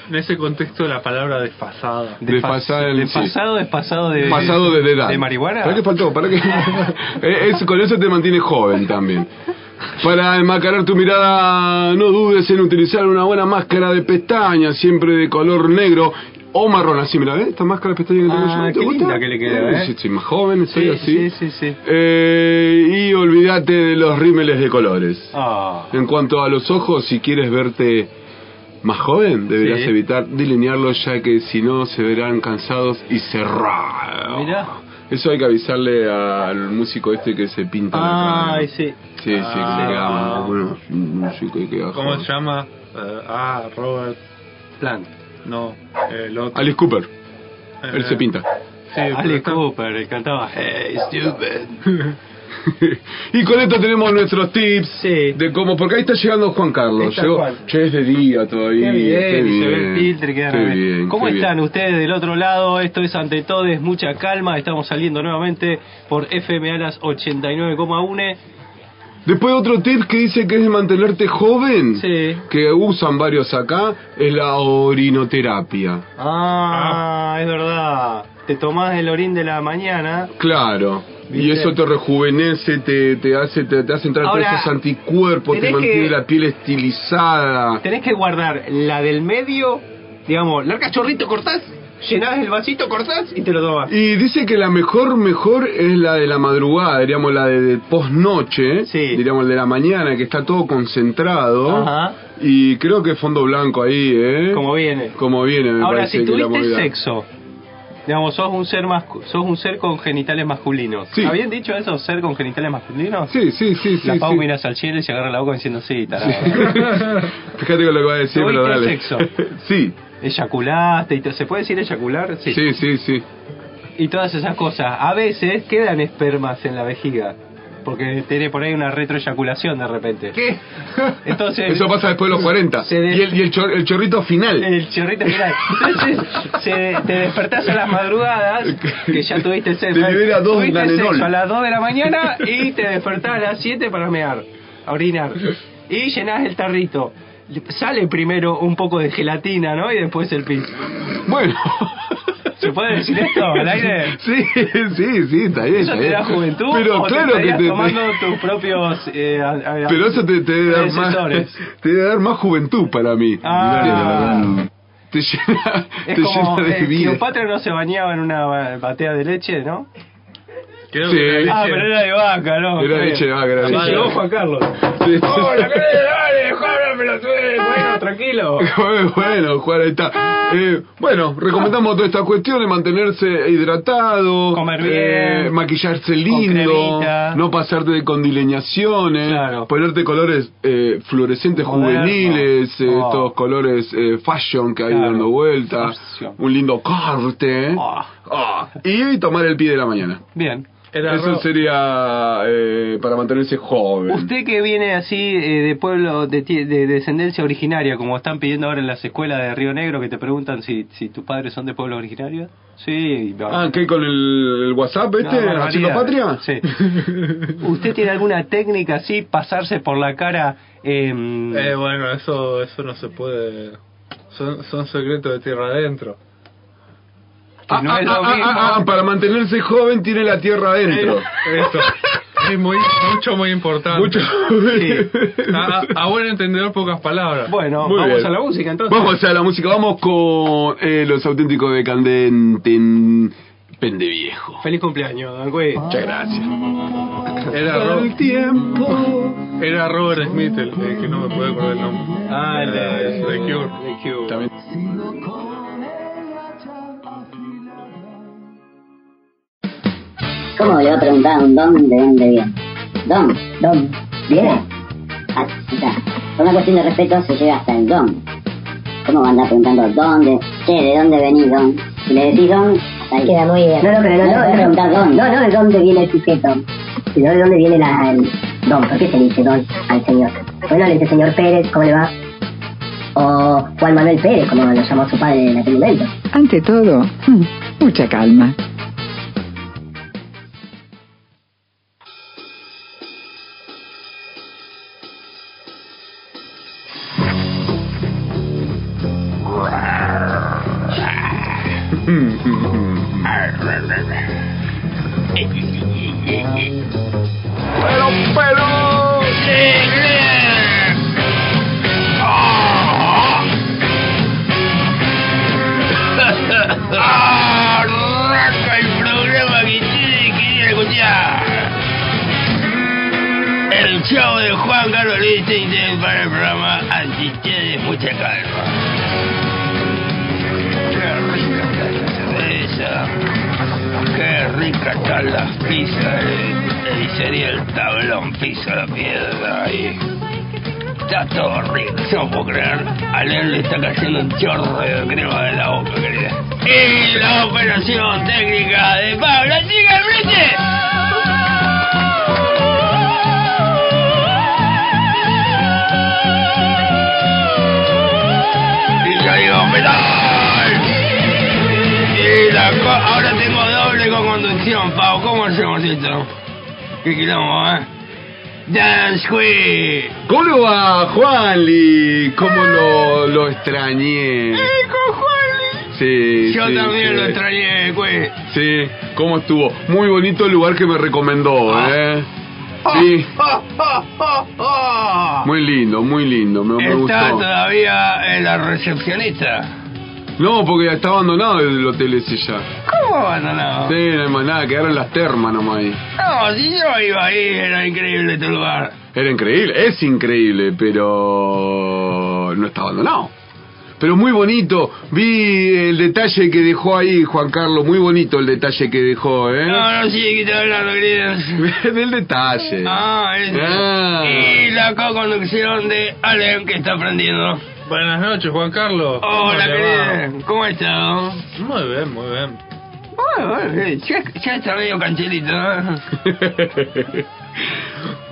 en ese contexto de la palabra desfasada. Desfasado en- de sí. pasado, desfasado de pasado de edad. Eh, de marihuana. ¿Para qué faltó? ¿Para qué? Eh, es- con eso te mantienes joven también. Para enmascarar tu mirada, no dudes en utilizar una buena máscara de pestañas, siempre de color negro o marrón. Así, mira, ¿ves? Esta máscara de pestañas que tengo Ah, yo, ¿te qué gusta? linda que le queda, Uy, ¿eh? sí, Soy más joven, soy Sí, así. sí, sí, sí. Eh, y olvídate de los rímeles de colores. Ah. En cuanto a los ojos, si quieres verte más joven, deberás Sí. evitar delinearlos ya que si no se verán cansados y cerrados. Mirá. Eso hay que avisarle al músico este que se pinta la cara. Ay, Sí, sí, sí. que Ah. le queda bueno, es un músico y queda ¿Cómo joven. se llama? Eh, ah, Robert... Plant. No, el otro. Alice Cooper, Eh, él se pinta. Sí, Ale pero está- Cooper, él cantaba Hey, stupid. y con esto tenemos nuestros tips Sí. de cómo, porque ahí está llegando Juan Carlos. Está Llegó, Juan. che, es de día todavía. Qué bien, qué y se ve el bien, filtro y queda qué re bien. bien, ¿Cómo qué bien. están ustedes del otro lado? Esto es ante todo, es mucha calma. Estamos saliendo nuevamente por FM Alas 89,1. Después otro tip que dice que es de mantenerte joven, Sí. que usan varios acá, es la orinoterapia. Ah, es verdad. Te tomás el orín de la mañana. Claro. Y ¿Viste? eso te rejuvenece, te, te hace te, te hace entrar Ahora, todos esos anticuerpos, te tenés mantiene que- la piel estilizada. Tenés que guardar la del medio, digamos, larga chorrito, cortás, llenás el vasito, cortás y te lo tomás. Y dice que la mejor, mejor es la de la madrugada, diríamos la de, de posnoche, Sí. diríamos de la mañana, que está todo concentrado. Ajá. Y creo que fondo blanco ahí, ¿eh? Como viene. Como viene, me Ahora, parece si que la tuviste movida. sexo, digamos, sos un ser más, sos un ser con genitales masculinos. Sí. ¿Habían dicho eso, ser con genitales masculinos? Sí, sí, sí, sí. La Pau sí. mira hacia el cielo y se agarra la boca diciendo sí, tarado. Fíjate con lo que va a decir, Tuviste pero dale. sexo. sí, Eyaculaste y to- se puede decir eyacular, sí. sí, sí, sí. Y todas esas cosas. A veces quedan espermas en la vejiga. Porque tiene por ahí una retroeyaculación de repente. ¿Qué? Entonces- Eso pasa después de los 40. Se de- Eh. Y, el, y el, chor- el chorrito final. El chorrito final. Entonces se- te despertás a las madrugadas, que ya tuviste sexo. Te libera dos Tuviste Danenol. sexo a las 2 de la mañana y te despertás a las 7 para mear, a orinar. Y llenás el tarrito. Sale primero un poco de gelatina, ¿no? Y después el pis. Bueno. ¿Se puede decir esto al aire? Sí, sí, sí, está bien. está ¿Eso te bien. da juventud Pero o claro te que estarías te- tomando tus propios... eh, a- a- Pero eso te, te debe dar más. predecesores? Te debe dar más juventud para mí. Ah. Te llena, Es te como llena de eh, vida. Cleopatra no se bañaba en una batea de leche, ¿no? Creo Sí. que la Ah, leche- pero era de vaca, ¿no? Era Está leche de bien. vaca, era Sí, leche de llegó vaca. Juan Carlos. Sí. Hola, querido, dale, Juan, me lo tuve, bueno, tranquilo. bueno, Juan, ahí está. Eh, bueno, recomendamos todas estas cuestiones, mantenerse hidratado, Comer bien, eh, maquillarse lindo, cremita. no pasarte de condileñaciones, Claro. ponerte colores eh, fluorescentes Moderno. juveniles, eh, Oh. estos colores eh, fashion que hay Claro. dando vuelta, Fashion. un lindo corte Oh. Ah, y tomar el pie de la mañana. Bien. Era Eso ro- sería eh, para mantenerse joven. Usted que viene así eh, de pueblo de, ti- de descendencia originaria, como están pidiendo ahora en las escuelas de Río Negro, que te preguntan si, si tus padres son de pueblo originario. Sí, no. Ah, ¿qué? ¿Con el, el WhatsApp No, este? barbaridad. ¿Haciendo patria? Sí. ¿Usted tiene alguna técnica así, pasarse por la cara? em, Eh, bueno, eso, eso no se puede. Son, son secretos de tierra adentro. que no es lo mismo. ah, ah, para mantenerse joven tiene la tierra adentro. Eso. Es muy, mucho, muy importante. Mucho. A, a- a buen entendedor, pocas palabras. Bueno, Muy vamos bien. a la música entonces. Vamos a la música, vamos con eh, los auténticos de Candenten Pendeviejo. Feliz cumpleaños, Don Güey. Muchas gracias. Era, Ro- tiempo. era Robert Smith el, el que no me puede acordar el nombre. Ah, el de- Eh, The Cure. The Cure. También. ¿Cómo le va a preguntar a un don de dónde viene? Don, don, ¿viera? Ah, está. Por una cuestión de respeto se llega hasta el don. ¿Cómo va a andar preguntando dónde? Che, ¿de dónde venís, don? Si le decís don, hasta ahí. Queda muy bien. No, no, pero no, no, no, preguntar don. No, no, de dónde viene el sujeto, sino de dónde viene la, el don. ¿Por qué se le dice don al señor? Bueno, le dice señor Pérez, ¿cómo le va? O Juan Manuel Pérez, como lo llamó su padre en aquel momento. Ante todo, mucha calma. Pero, pero. Arranca el programa que tiene que ir a escuchar. El show de Juan Carlos Lichtenstein para el programa Así tiene mucha calma. Qué rica está la cerveza. Qué rica están las pizzas de pizzería El Tablón, pizza la piedra ahí. Está todo rico, yo no puedo creer. A Leo le está cayendo un chorro de crema de la boca, querida. Y la operación técnica de Pablo Chica Enrique. Y yo digo, ¡metal! Y la co- ahora tengo doble con conducción, Pau. ¿Cómo hacemos esto? ¿Qué quilombo, eh? Dance Queen. ¿Cómo lo va, Juanli? ¿Cómo lo, lo extrañé? Sí, Yo sí, también sí. lo extrañé, güey. Sí, ¿cómo estuvo? Muy bonito el lugar que me recomendó, ¿eh? Sí, Oh, oh, oh, oh. muy lindo, muy lindo, me, me Está gustó. todavía en la recepcionista. No, porque ya está abandonado el hotel ese ya. ¿Cómo abandonado? Sí, no hay más nada, quedaron las termas nomás ahí. No, si yo iba ahí, era increíble tu lugar. Era increíble, es increíble, pero no está abandonado. Pero muy bonito, vi el detalle que dejó ahí Juan Carlos, muy bonito el detalle que dejó, ¿eh? No, no, sí, que te hablando, queridos. Del detalle. Ah, es... Ah. Y la co-conducción de Allen que está aprendiendo. Buenas noches, Juan Carlos. ¿Cómo Hola, le va? querido. ¿Cómo estás? Muy bien, muy bien. Bueno, bueno, eh, ya, ya está medio cancherito, ¿no?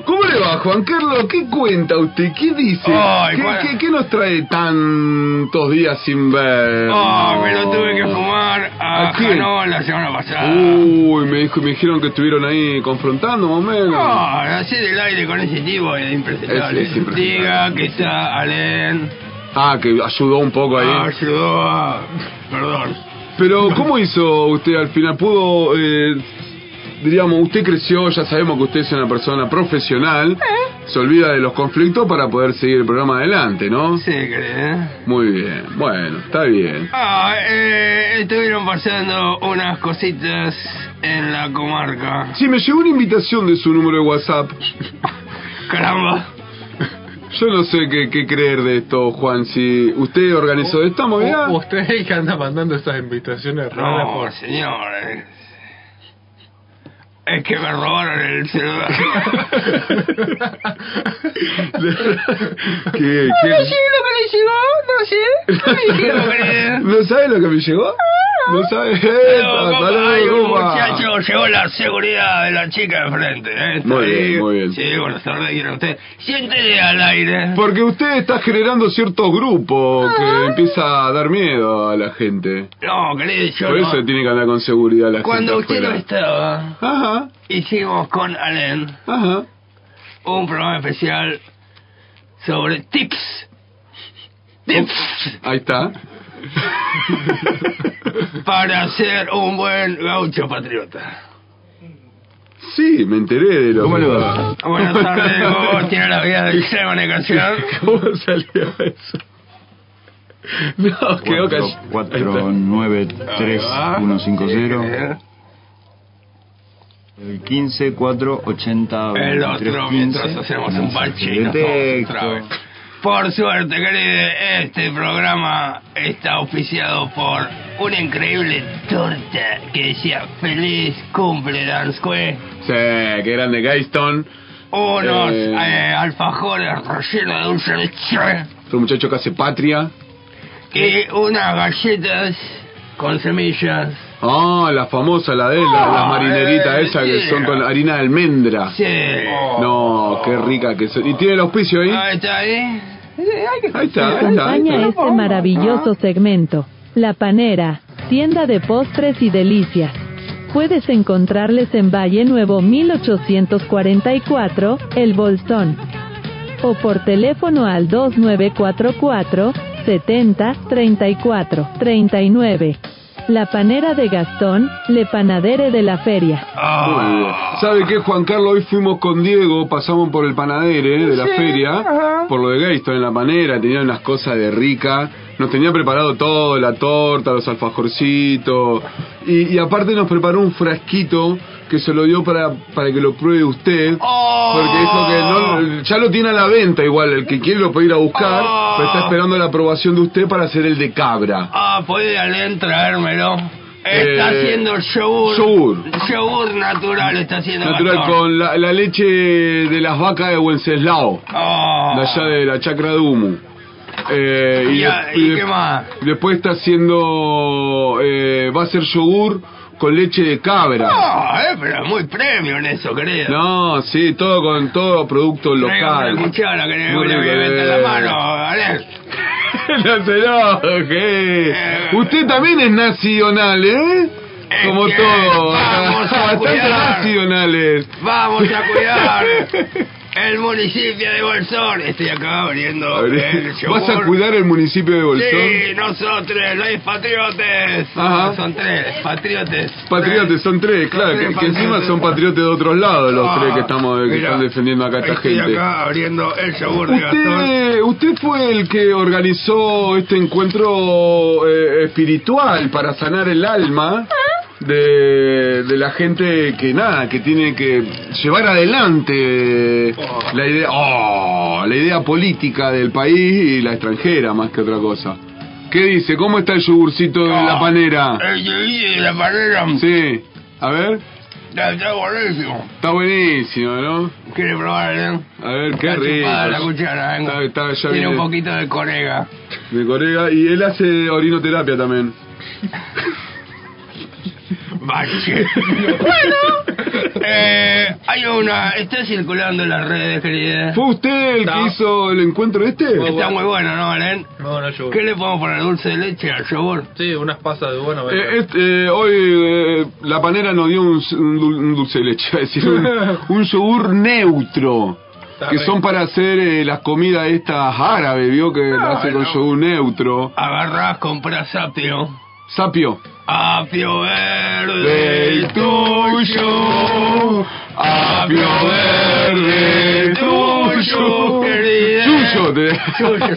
¿Cómo le va, Juan Carlos? ¿Qué cuenta usted? ¿Qué dice? Ay, ¿Qué, Juan- qué- qué nos trae tantos días sin ver? Oh, me lo tuve que fumar a Uh. ¿A quién? Janón la semana pasada. Uy, me, dijo, me dijeron que estuvieron ahí confrontando, más o menos. No, hacer el aire con ese tipo es impresentable. Es- es impresentable. Diga que está Alén, Ah, que ayudó un poco ahí. Ah, ayudó a... Perdón. Pero, ¿cómo hizo usted al final? ¿Pudo, eh, diríamos, usted creció, ya sabemos que usted es una persona profesional, Eh. se olvida de los conflictos para poder seguir el programa adelante, ¿no? Sí, cree. ¿eh? Muy bien, bueno, está bien. Ah, eh, estuvieron pasando unas cositas en la comarca. Sí, me llegó una invitación de su número de WhatsApp. Caramba. Yo no sé qué, qué creer de esto, Juan, si usted organizó esta movida. U- Usted es el que anda mandando esas invitaciones raras No, por... señores. Es que me robaron el celular. ¿Qué? No qué- sé lo que le llegó, no sé. No me dijeron, querido. ¿No sabe lo que me llegó? No sabes. Pero, compa, hay un compa. muchacho llegó la seguridad de la chica enfrente. ¿eh? Está Muy bien, ahí. muy bien. Sí, buenas tardes, quiero usted. Siéntese al aire. Porque usted está generando ciertos grupos que empieza a dar miedo a la gente. No, querido, yo Por no. eso tiene que andar con seguridad la Cuando gente. usted no afuera. estaba, Ajá, hicimos con Allen ajá. un programa especial sobre tips. Tips Ahí está. para ser un buen gaucho patriota. Sí, me enteré de lo ¿Cómo que- le va? Buenas tardes, ¿cómo tiene la vida de comunicación? ¿Cómo salió eso? No, quedó casi. Ahí está. 493-150. El 15 4 80 El otro, mientras hacemos un bache y nos tomamos un trago. Por suerte, querido, este programa está auspiciado por una increíble torta que decía Feliz cumple Danskue, Sí, qué grande Gaiston. unos Eh. eh, alfajores rellenos de dulce de leche Otro muchacho que hace patria. y unas galletas con semillas. Ah, la famosa, la de él, la, la Ah, marineritas eh, esa que sí. son con harina de almendra. Sí. Oh. No, qué rica que son. ¿Y tiene el auspicio ahí? Ahí está, ¿eh? Ahí está, ahí está. ahí Acompaña está. este maravilloso segmento. La Panera, tienda de postres y delicias. Puedes encontrarles en Valle Nuevo 1844, El Bolsón. O por teléfono al 2944 70 34 39. La Panera de Gastón, Le Panadere de la Feria. Muy bien. ¿Sabe qué, Juan Carlos? Hoy fuimos con Diego, pasamos por el panadere ¿eh? de la feria, por lo de Gayston en la panera, tenía unas cosas de rica. Nos tenía preparado todo, la torta, los alfajorcitos. Y, y aparte nos preparó un frasquito que se lo dio para, para que lo pruebe usted. Porque dijo que no, ya lo tiene a la venta igual, el que quiere lo puede ir a buscar, pero está esperando la aprobación de usted para hacer el de cabra. Ah, puede alguien traérmelo. Está Eh, haciendo yogur. yogur. Yogur natural está haciendo. Natural, Gastón. con la, la leche de las vacas de Wenceslao. Ah. de allá de la chacra de Humo. Eh, ¿Y, y, a- des- y y qué des- más? Después está haciendo. eh, va a ser yogur con leche de cabra. Ah, eh, pero es muy premio en eso, querido. No, sí, todo con todo producto Tráigame una local. cuchara que le Muy voy a rico, meter eh. la mano, ¿vale? No se enoje. Eh, Usted también es nacional, ¿eh? Es Como que todo. vamos a Bastante cuidar. nacionales. Vamos a cuidar el municipio de Bolsón. Estoy acá abriendo el yogur. ¿Vas a cuidar el municipio de Bolsón? Sí, nosotros, los patriotes. Ajá. Son tres, patriotes. Patriotas, Tres. son tres, claro, que, que encima son patriotas de otros lados los tres que estamos que Mira, están defendiendo acá a esta Ah, estoy gente. acá abriendo el yogur de Gastón. Usted, usted fue el que organizó este encuentro eh, espiritual para sanar el alma de, de la gente que nada, que tiene que llevar adelante la idea, oh, la idea política del país y la extranjera más que otra cosa. ¿Qué dice? ¿Cómo está el yogurcito de Ah, la panera? El yogur de la panera. Sí, a ver. Está, está buenísimo. Está buenísimo, ¿no? ¿Quiere probar, eh? A ver, qué Está rico. chupada La cuchara, eh. Está- está- ya Tiene un viene. poquito de corega. Mi colega, y él hace orinoterapia también. Bache. bueno. Eh, hay una... Está circulando en las redes, querida. ¿Fue usted el que No. hizo el encuentro este? Está muy bueno, ¿no, Valen? No, no, yo. ¿Qué le podemos poner? ¿Dulce de leche al yogur? Sí, unas pasas de buena Eh, este, eh, hoy eh, la panera nos dio un, s- un dul- un dulce de leche, es decir, un, un yogur neutro. Está Que rico. son para hacer eh, las comidas estas árabes, vio que la hace con no. yogur neutro. Agarrás, compras apio. Sapio. Apio verde Del el tuyo. apio verde tuyo. Querida. Yuyo, te- Yuyo,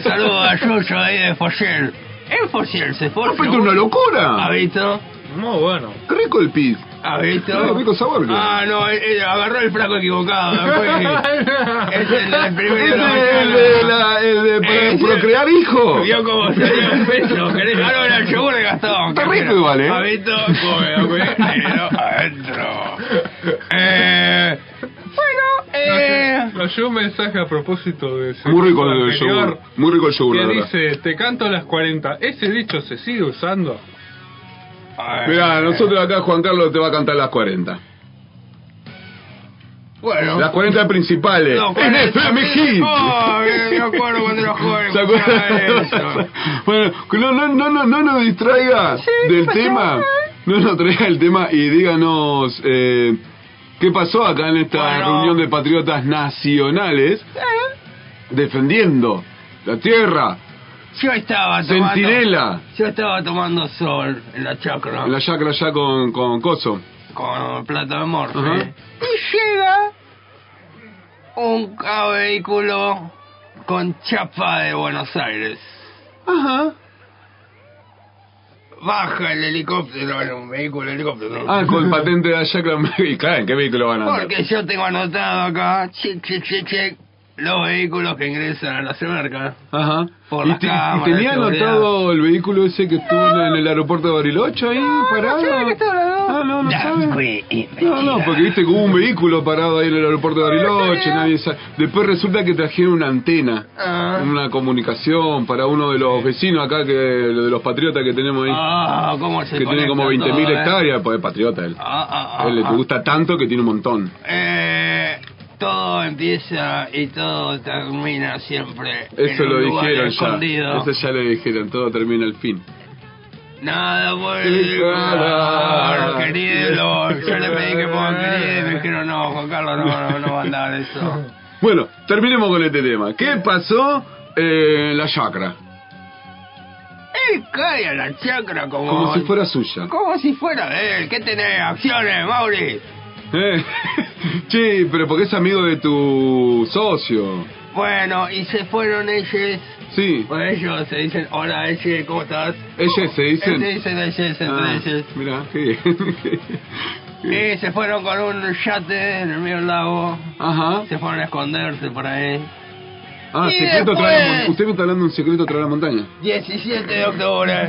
saluda a Yuyo ahí de Foyer. ¿Es Foyer? ¿Se fue? No, pero es una ¿Ha locura. visto? Muy bueno. Qué rico el pis. ¿Ha visto? No, rico sabor, creo. Ah, no, eh, eh, agarró el fraco equivocado. fue. es el del Ese Este es primero. de la el mañana. de, la- el de pro- Ese- procrear hijo. Vio cómo salió un peso. Querés ah, no, era el yogur de Gastón. Está que rico era. igual, ¿eh? ¿Ha visto? Come, come, dinero adentro. Eh, bueno, eh... Nos llegó un mensaje a propósito de ese Muy rico grupo el anterior yogur. Muy rico el yogur, Que la verdad. dice, te canto a las 40. ¿Ese dicho se sigue usando? Mirá, nosotros acá Juan Carlos te va a cantar las 40. Bueno. Las 40 principales. No, en 40. FM Hit. Oh, me me acuerdo cuando era joven. ¿Se escuchaba acuerdan? eso. Bueno, no, no, no, no, no nos distraiga del tema. No nos traiga el tema y díganos eh, qué pasó acá en esta reunión de patriotas nacionales defendiendo la tierra, Yo estaba tomando. Centinela, Yo estaba tomando sol en la chacra. la chacra ya con, con Coso. Con plata de morfe. Ajá. Y llega un ca- vehículo con chapa de Buenos Aires. Ajá. Baja el helicóptero, era un vehículo helicóptero. Ah, con patente de la chacra. Y claro, ¿en qué vehículo van a andar? Porque yo tengo anotado acá, check, check, check, check, los vehículos que ingresan a la Semerca. Ajá. Por ¿Y, las te- y cámaras tenía de seguridad. anotado el vehículo ese que estuvo en el aeropuerto de Bariloche ahí parado? Ah, no, no sabe. No, no, porque viste que hubo un vehículo parado ahí en el aeropuerto de Bariloche, nadie sabe. Después resulta que trajeron una antena, Ah. una comunicación para uno de los vecinos acá, que de los patriotas que tenemos ahí. Ah, cómo se que tiene conecta como todo, 20.000 eh. hectáreas, pues es patriota él. Ah, ah, ah, él le ah. gusta tanto que tiene un montón. Eh, todo empieza y todo termina siempre. Eso en un lo lugar dijeron ya. Este Eso escondido. ya lo dijeron, todo termina al fin. Nada por Sí, claro. el querido. Yo le pedí que pongan querido y me dijeron no, Juan Carlos, no, no, no va a andar eso. Bueno, terminemos con este tema. ¿Qué pasó eh, en la chacra? Y cae a la chacra como, Como si fuera suya. como si fuera de él. ¿Qué tenés? Acciones, Mauri. Eh, Che, pero porque es amigo de tu socio. Bueno, y se fueron ellos. Sí. Bueno, ellos se dicen, hola, Eche, ¿cómo estás? Este Ellos se este, dicen. Se dicen ellos, entre Ah, ellos. mirá, qué bien. Y se fueron con un yate en el medio del lago. Ajá. Se fueron a esconderse por ahí. Ah, Y secreto después- tras la mon- Usted me está hablando de un secreto tras la montaña. 17 de octubre.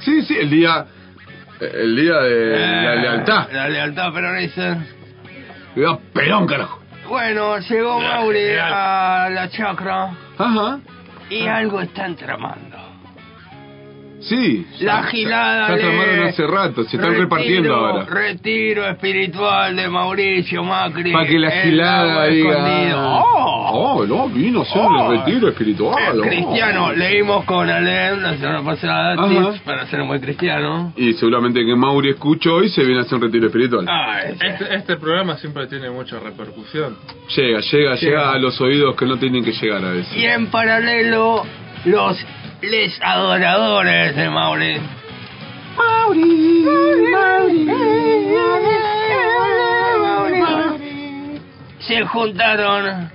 Sí, sí, el día. El día de la Eh, lealtad. La lealtad peronista. Cuidado, pelón, carajo. Bueno, llegó Mauri a la chacra Ajá. y Ah. algo están tramando. Sí. Ya- La Ya, gilada ya le- se armaron hace rato, se están Retiro- repartiendo ahora. Retiro espiritual de Mauricio Macri. Para que la El gilada lago diga. escondido. ¡Oh! Oh, no, vino a ser Oh. el retiro espiritual. Eh, oh. cristiano, leímos con Alem la semana pasada Ajá. tips para ser muy cristiano. Y seguramente que Mauri escuchó y se viene a hacer un retiro espiritual. Ay, Este, este programa siempre tiene mucha repercusión. Llega, llega, llega, Llega. a los oídos que no tienen que llegar a veces. Y en paralelo, los les adoradores de Mauri. Mauri, Mauri, Se juntaron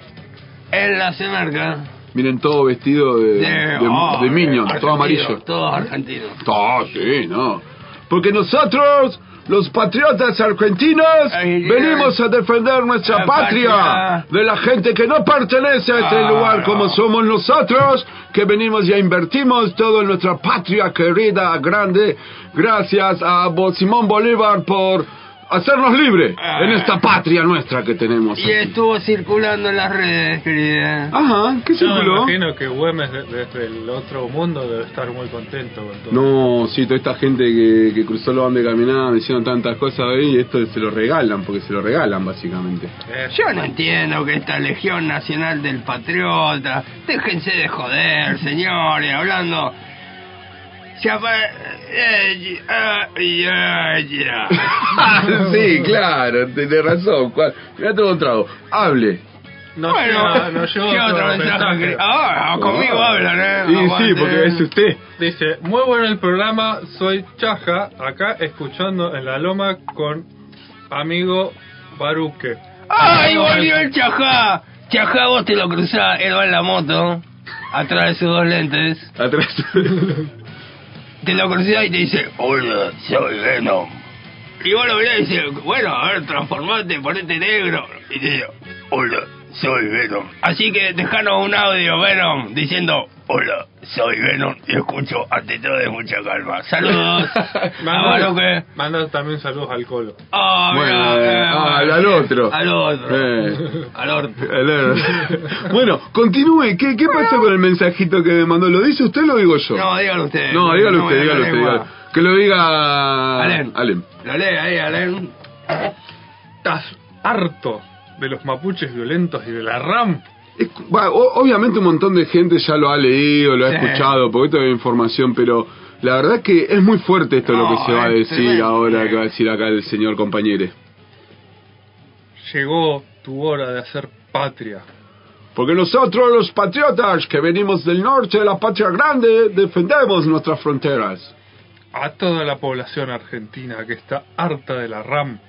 en la semarca. Miren todo vestido de, de, oh, de Minion, todo argentinos, amarillo. Todos argentinos. Ah, sí, no. Porque nosotros, los patriotas argentinos, Ay, ay. venimos a defender nuestra La patria, patria. de la gente que no pertenece a este Ah, lugar no. como somos nosotros, que venimos y invertimos todo en nuestra patria querida, grande. Gracias a Bo- Simón Bolívar por hacernos libre Ah. en esta patria nuestra que tenemos. Y estuvo circulando en las redes, querida. Ajá, ¿qué Yo me circuló? imagino que Güemes de- desde el otro mundo debe estar muy contento con todo. No, sí, toda esta gente que, que cruzó los Andes caminando, hicieron tantas cosas ahí y esto se lo regalan, porque se lo regalan básicamente. Eh, Yo no entiendo que esta Legión Nacional del Patriota. Déjense de joder, señores, hablando. Se apa- eh, ah, ya, ya. sí, claro, tenés razón. Juan. Mirá todo un trago. Hable. no bueno, llega- no llegó ¿qué otro otra ventaja? mensaje. que- Ah, conmigo hablan, ¿eh? Sí, sí, Aguante. porque es usted. Dice, muy bueno el programa, soy Chaja, acá escuchando en la loma con amigo Baruque. ¡Ay, volvió el Chajá! Chajá, vos te lo cruzás, él va en la moto, atrás de sus dos lentes. Atrás. Te lo cruzás y te dice, hola, soy Venom. Y vos lo mirás y dices, bueno, a ver, transformate, ponete negro. Y te dice, hola, soy Venom. Así que dejanos un audio, Venom, diciendo, hola, soy Venom y escucho ante todo de mucha calma. Saludos. Manda- Manda Ah, que... manda también saludos al colo. Ah, Bueno, mirá, eh, eh, ah, bueno, al bien. otro. Al otro. Eh. Al orto. bueno, continúe. ¿Qué, ¿Qué pasó con el mensajito que me mandó? ¿Lo dice usted o lo digo yo? No, dígalo usted. No, dígalo me usted, la dígalo usted. lengua. dígalo. Que lo diga Alem. Lo lee ahí, Alem. Estás harto de los mapuches violentos y de la RAM. Eh, Va, o- obviamente un montón de gente ya lo ha leído, lo ha Sí. escuchado, porque esto es información, pero la verdad que es muy fuerte esto lo que se va a decir ahora, que va a decir acá el señor compañero. Llegó tu hora de hacer patria. Porque nosotros los patriotas que venimos del norte de la patria grande defendemos nuestras fronteras. A toda la población argentina que está harta de la RAM,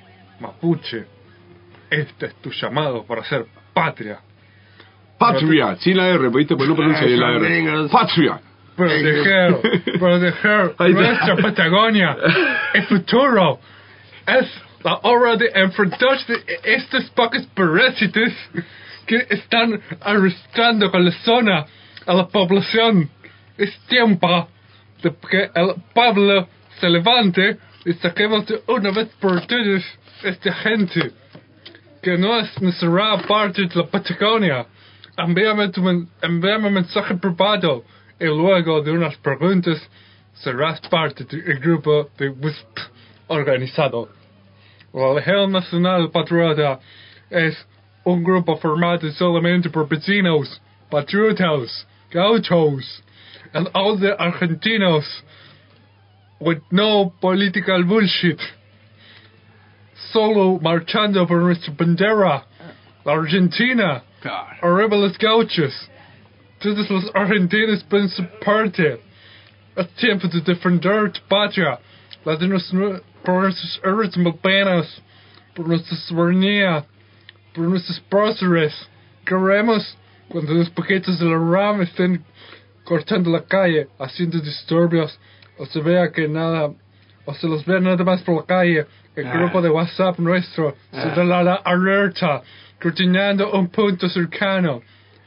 mapuche, este es tu llamado para hacer patria. Patria, sin la R, ¿viste? Ah, Pues no pronuncia bien la R. Patria. Proteger, proteger Ahí está. nuestra Patagonia, el futuro, es la hora de enfrentar estos pocos parásitos que están arrastrando con la zona a la población. Es tiempo de que el pueblo se levante y saquemos de una vez por todas esta gente que no es nuestra parte de la Patagonia. Envíame, tu men- envíame un mensaje privado y luego de unas preguntas serás parte del grupo de WISP organizado. La Legión Nacional Patriota es un grupo formado solamente por vecinos, patriotas, gauchos, and other argentinos with no political bullshit. Solo marchando por nuestra bandera, la Argentina, arriba los gauchos. Todos los argentinos pueden ser parte. Es tiempo de defender tu patria, la de nuestro, por nuestros héroes malvanos, por nuestra soberanía, por nuestros próceres. Queremos cuando los paquetes de la RAM estén cortando la calle, haciendo disturbios, o se vea que nada, o se los vea nada más por la calle, el Ah. grupo de WhatsApp nuestro se da la, la alerta, coordinando un punto cercano,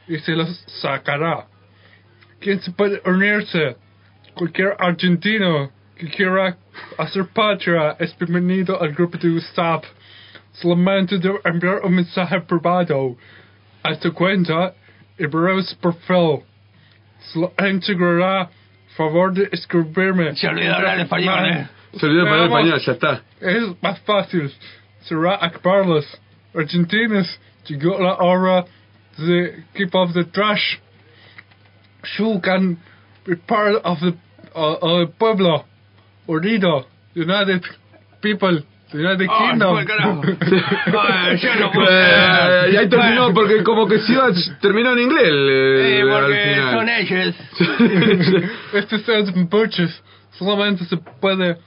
y se los sacará. ¿Quién se puede unirse? Cualquier argentino que quiera hacer patria es bienvenido al grupo de WhatsApp. Solamente debe enviar un mensaje privado a tu cuenta y veremos su perfil. Se lo integrará. Favor de escribirme. Se olvidó hablar español, eh. Se olvidó hablar español, ya está. Es más fácil. Será acabarlos. Argentinos, llegó la hora de keep off the trash. You can be part of the uh, uh, pueblo. Unido. United people. United Oh, se Kingdom. fue el carajo. Ay, yo no puedo. Eh, y ahí terminó, Bueno. porque como que se iba, terminó en inglés. eh, Sí, al porque final. son ellos. Estos son mapuches. Solamente se puede.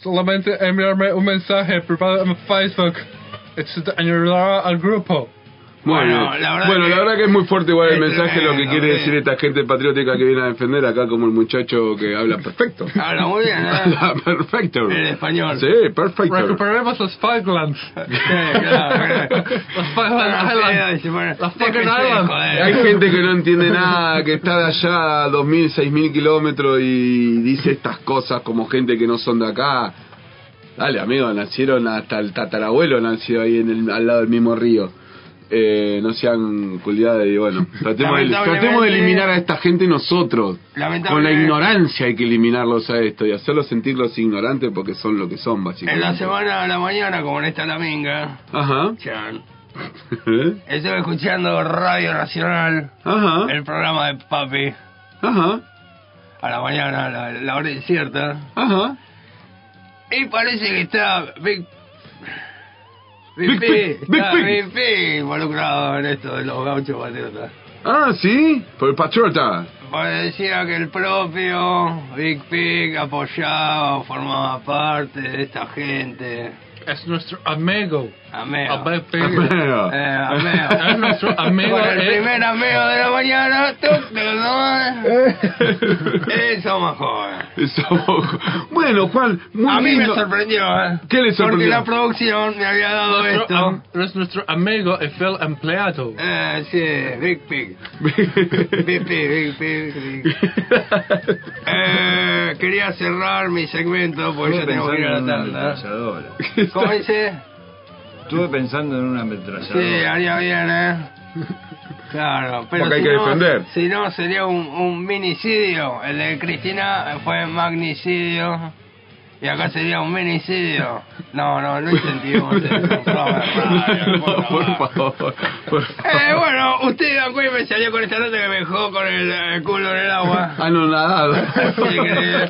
Solamente enviarme un mensaje privado en Facebook. Etcétera. Añadirá al grupo. Bueno, bueno, la verdad, que, es muy fuerte igual Este, el mensaje, lo que eh, quiere decir esta gente patriótica que viene a defender acá, como el muchacho que habla perfecto. Habla muy bien, ¿eh? Habla perfecto. En español. Sí, perfecto. Recuperemos las Falklands. Las Falkland Islands. Las Falkland Islands. Hay gente que no entiende nada, que está de allá a 2.000, 6.000 kilómetros y dice estas cosas como gente que no son de acá. Dale, amigo, nacieron hasta el tatarabuelo nació ahí en el- al lado del mismo río. Eh, no sean culiadas y bueno, tratemos de, Lamentablemente- tratemos de eliminar a esta gente nosotros. Con la Lamentablemente- ignorancia hay que eliminarlos a esto y hacerlos sentirlos ignorantes porque son lo que son, En la básicamente. semana a la mañana, como en esta la minga, Ajá. chan, estuve escuchando Radio Nacional, Ajá. el programa de Papi, Ajá. a la mañana, a la, la hora incierta, Ajá. y parece que está Big... Big Big P, Pig, Big está Pig. Big P involucrado en esto de los gauchos patriotas. Ah, sí, por el patriota. Parecía Pues que el propio Big Pig apoyaba o formaba parte de esta gente. Es nuestro amigo. Amigo. Ah, pues, Amigo. Eh, amigo. Ah, Es nuestro amigo, Con el eh. primer amigo de la mañana. tuc, tuc, tuc. eh. Eso más joven. Somos- Bueno, Juan, muy A mí me lindo. sorprendió, ¿eh? ¿Qué le sorprendió? Porque la producción me había dado Nuestro esto. am- es nuestro amigo y fiel empleado. Eh, sí, Big Pig. Big Pig, Big Pig. Big Pig. Eh, quería cerrar mi segmento porque ya tengo que ir a la tanda. ametralladora. ¿Cómo dice? Estuve pensando en una ametralladora. Sí, haría bien, ¿eh? Claro, pero Porque hay si que no- defender. Si no, sería un, un minicidio. El de Cristina fue magnicidio. Y acá sería un minicidio. No, no, no incentivamos el programa de radio, por favor. Por favor. por favor. Eh, bueno, usted, Don Cuy, me salió con esta nota que me dejó con el, eh, culo en el agua. Ah, Anonadado. Así que-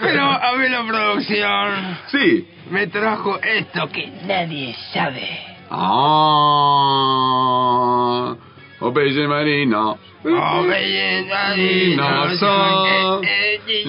Pero a mí la producción Sí. me trajo esto que nadie sabe. Ah. O pelle marino. Oh, bella, nadie no sabe. Eh, eh,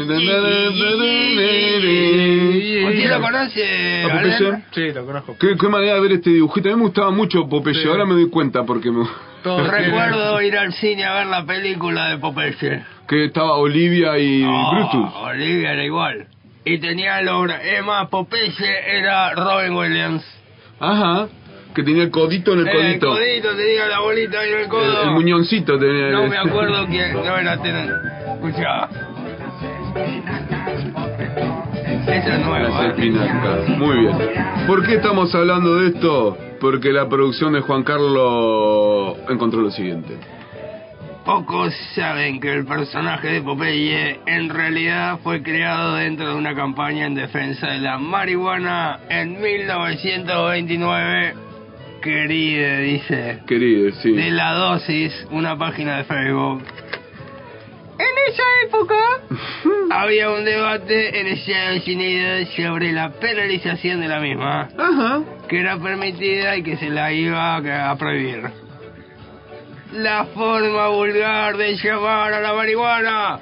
¿Usted lo conoce? ¿A Popeye? Arlen? Sí, lo conozco. Qué, qué manera de ver este dibujito. A mí me gustaba mucho Popeye. Sí. Ahora me doy cuenta porque me... Todos Recuerdo ir al cine a ver la película de Popeye. que estaba Olivia y Oh, Brutus. Olivia era igual. Y tenía los... bra- Es más, Popeye era Robin Williams. Ajá. Que tenía el codito en el Era codito. Eh, El codito tenía la bolita en el El, codo. el muñoncito tenía. No el- me acuerdo quién. No era Tenen. Escuchá. Esa es Las nueva. eh. espinacas. Muy bien. ¿Por qué estamos hablando de esto? Porque la producción de Juan Carlos encontró lo siguiente. Pocos saben que el personaje de Popeye en realidad fue creado dentro de una campaña en defensa de la marihuana en 1929. Querida, dice. Querido, sí. de la dosis, una página de Facebook. En esa época había un debate en Estados Unidos sobre la penalización de la misma, Ajá. que era permitida y que se la iba a prohibir. La forma vulgar de llamar a la marihuana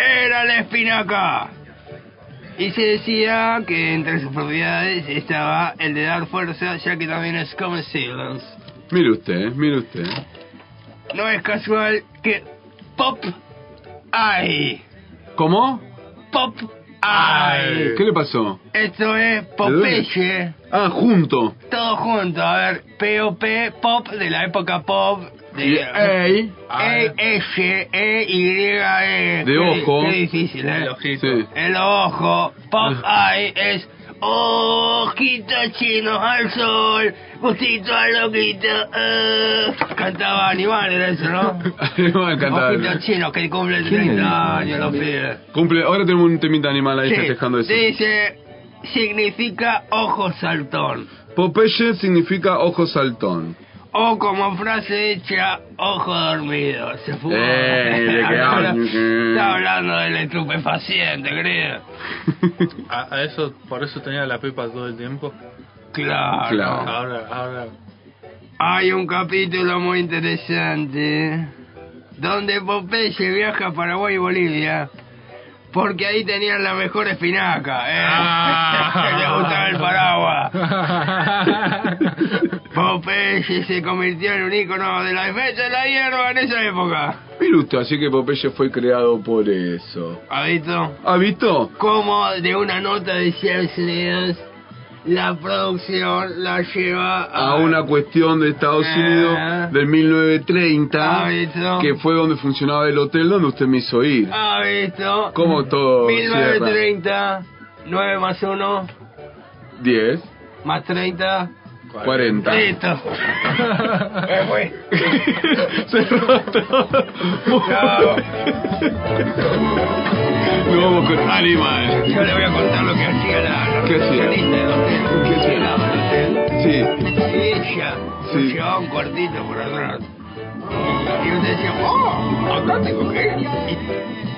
era la espinaca. Y se decía que entre sus propiedades estaba el de dar fuerza, ya que también es comestible. Mire usted, mire usted. No es casual que Pop Ay. ¿Cómo? Pop Ay. ¿Qué le pasó? Esto es Popeye. Ah, junto. Todo junto. A ver, POP, Pop de la época Pop. Y eh, De, ey. e, S, E, Y, De E. Qué- ojo. Qué difícil, ¿eh? Sí. El ojo. Pop Ay es. Ojitos chinos al sol, gustito al loquito. eh. Cantaba animal, era eso, ¿no? Me va a encantar. Ojitos chinos Ah, que cumplen ¿Quién 30 era? años los pibes. Cumple. Ahora tenemos un temita animal ahí festejando eso. Dice, significa ojo saltón. Popeye significa ojo saltón. O como frase hecha, ojo dormido. Se fumó. Eh, ¿de qué Está hablan? está hablando del estupefaciente, creo. A, a eso, por eso tenía la pepa todo el tiempo. Claro. Claro. Ahora, ahora. Hay un capítulo muy interesante donde Popeye viaja a Paraguay y Bolivia porque ahí tenían la mejor espinaca. ¿eh? Ah. Le gustaba el paraguas. Popeye se convirtió en un ícono de la defensa de la hierba en esa época. Mire usted, así que Popeye fue creado por eso. ¿Ha visto? ¿Ha visto? Como de una nota de Estados Unidos, la producción la lleva A una cuestión de Estados Ah. Unidos del ¿Ha 1930, visto? que fue donde funcionaba el hotel donde usted me hizo ir. ¿Ha visto? ¿Cómo todo? 1930, 9 más 1, 10, más 30, 40. listo. Eh, Me fui. Se rotó. Chao. Nos vamos con Animal. Yo le voy a contar lo que hacía la ¿Qué hacía? recepcionista del hotel. ¿Qué hacía? Llegaba al hotel. Sí. Y ella Sí. llevaba un cuartito por atrás. Y yo decía, oh, acá tengo que ir.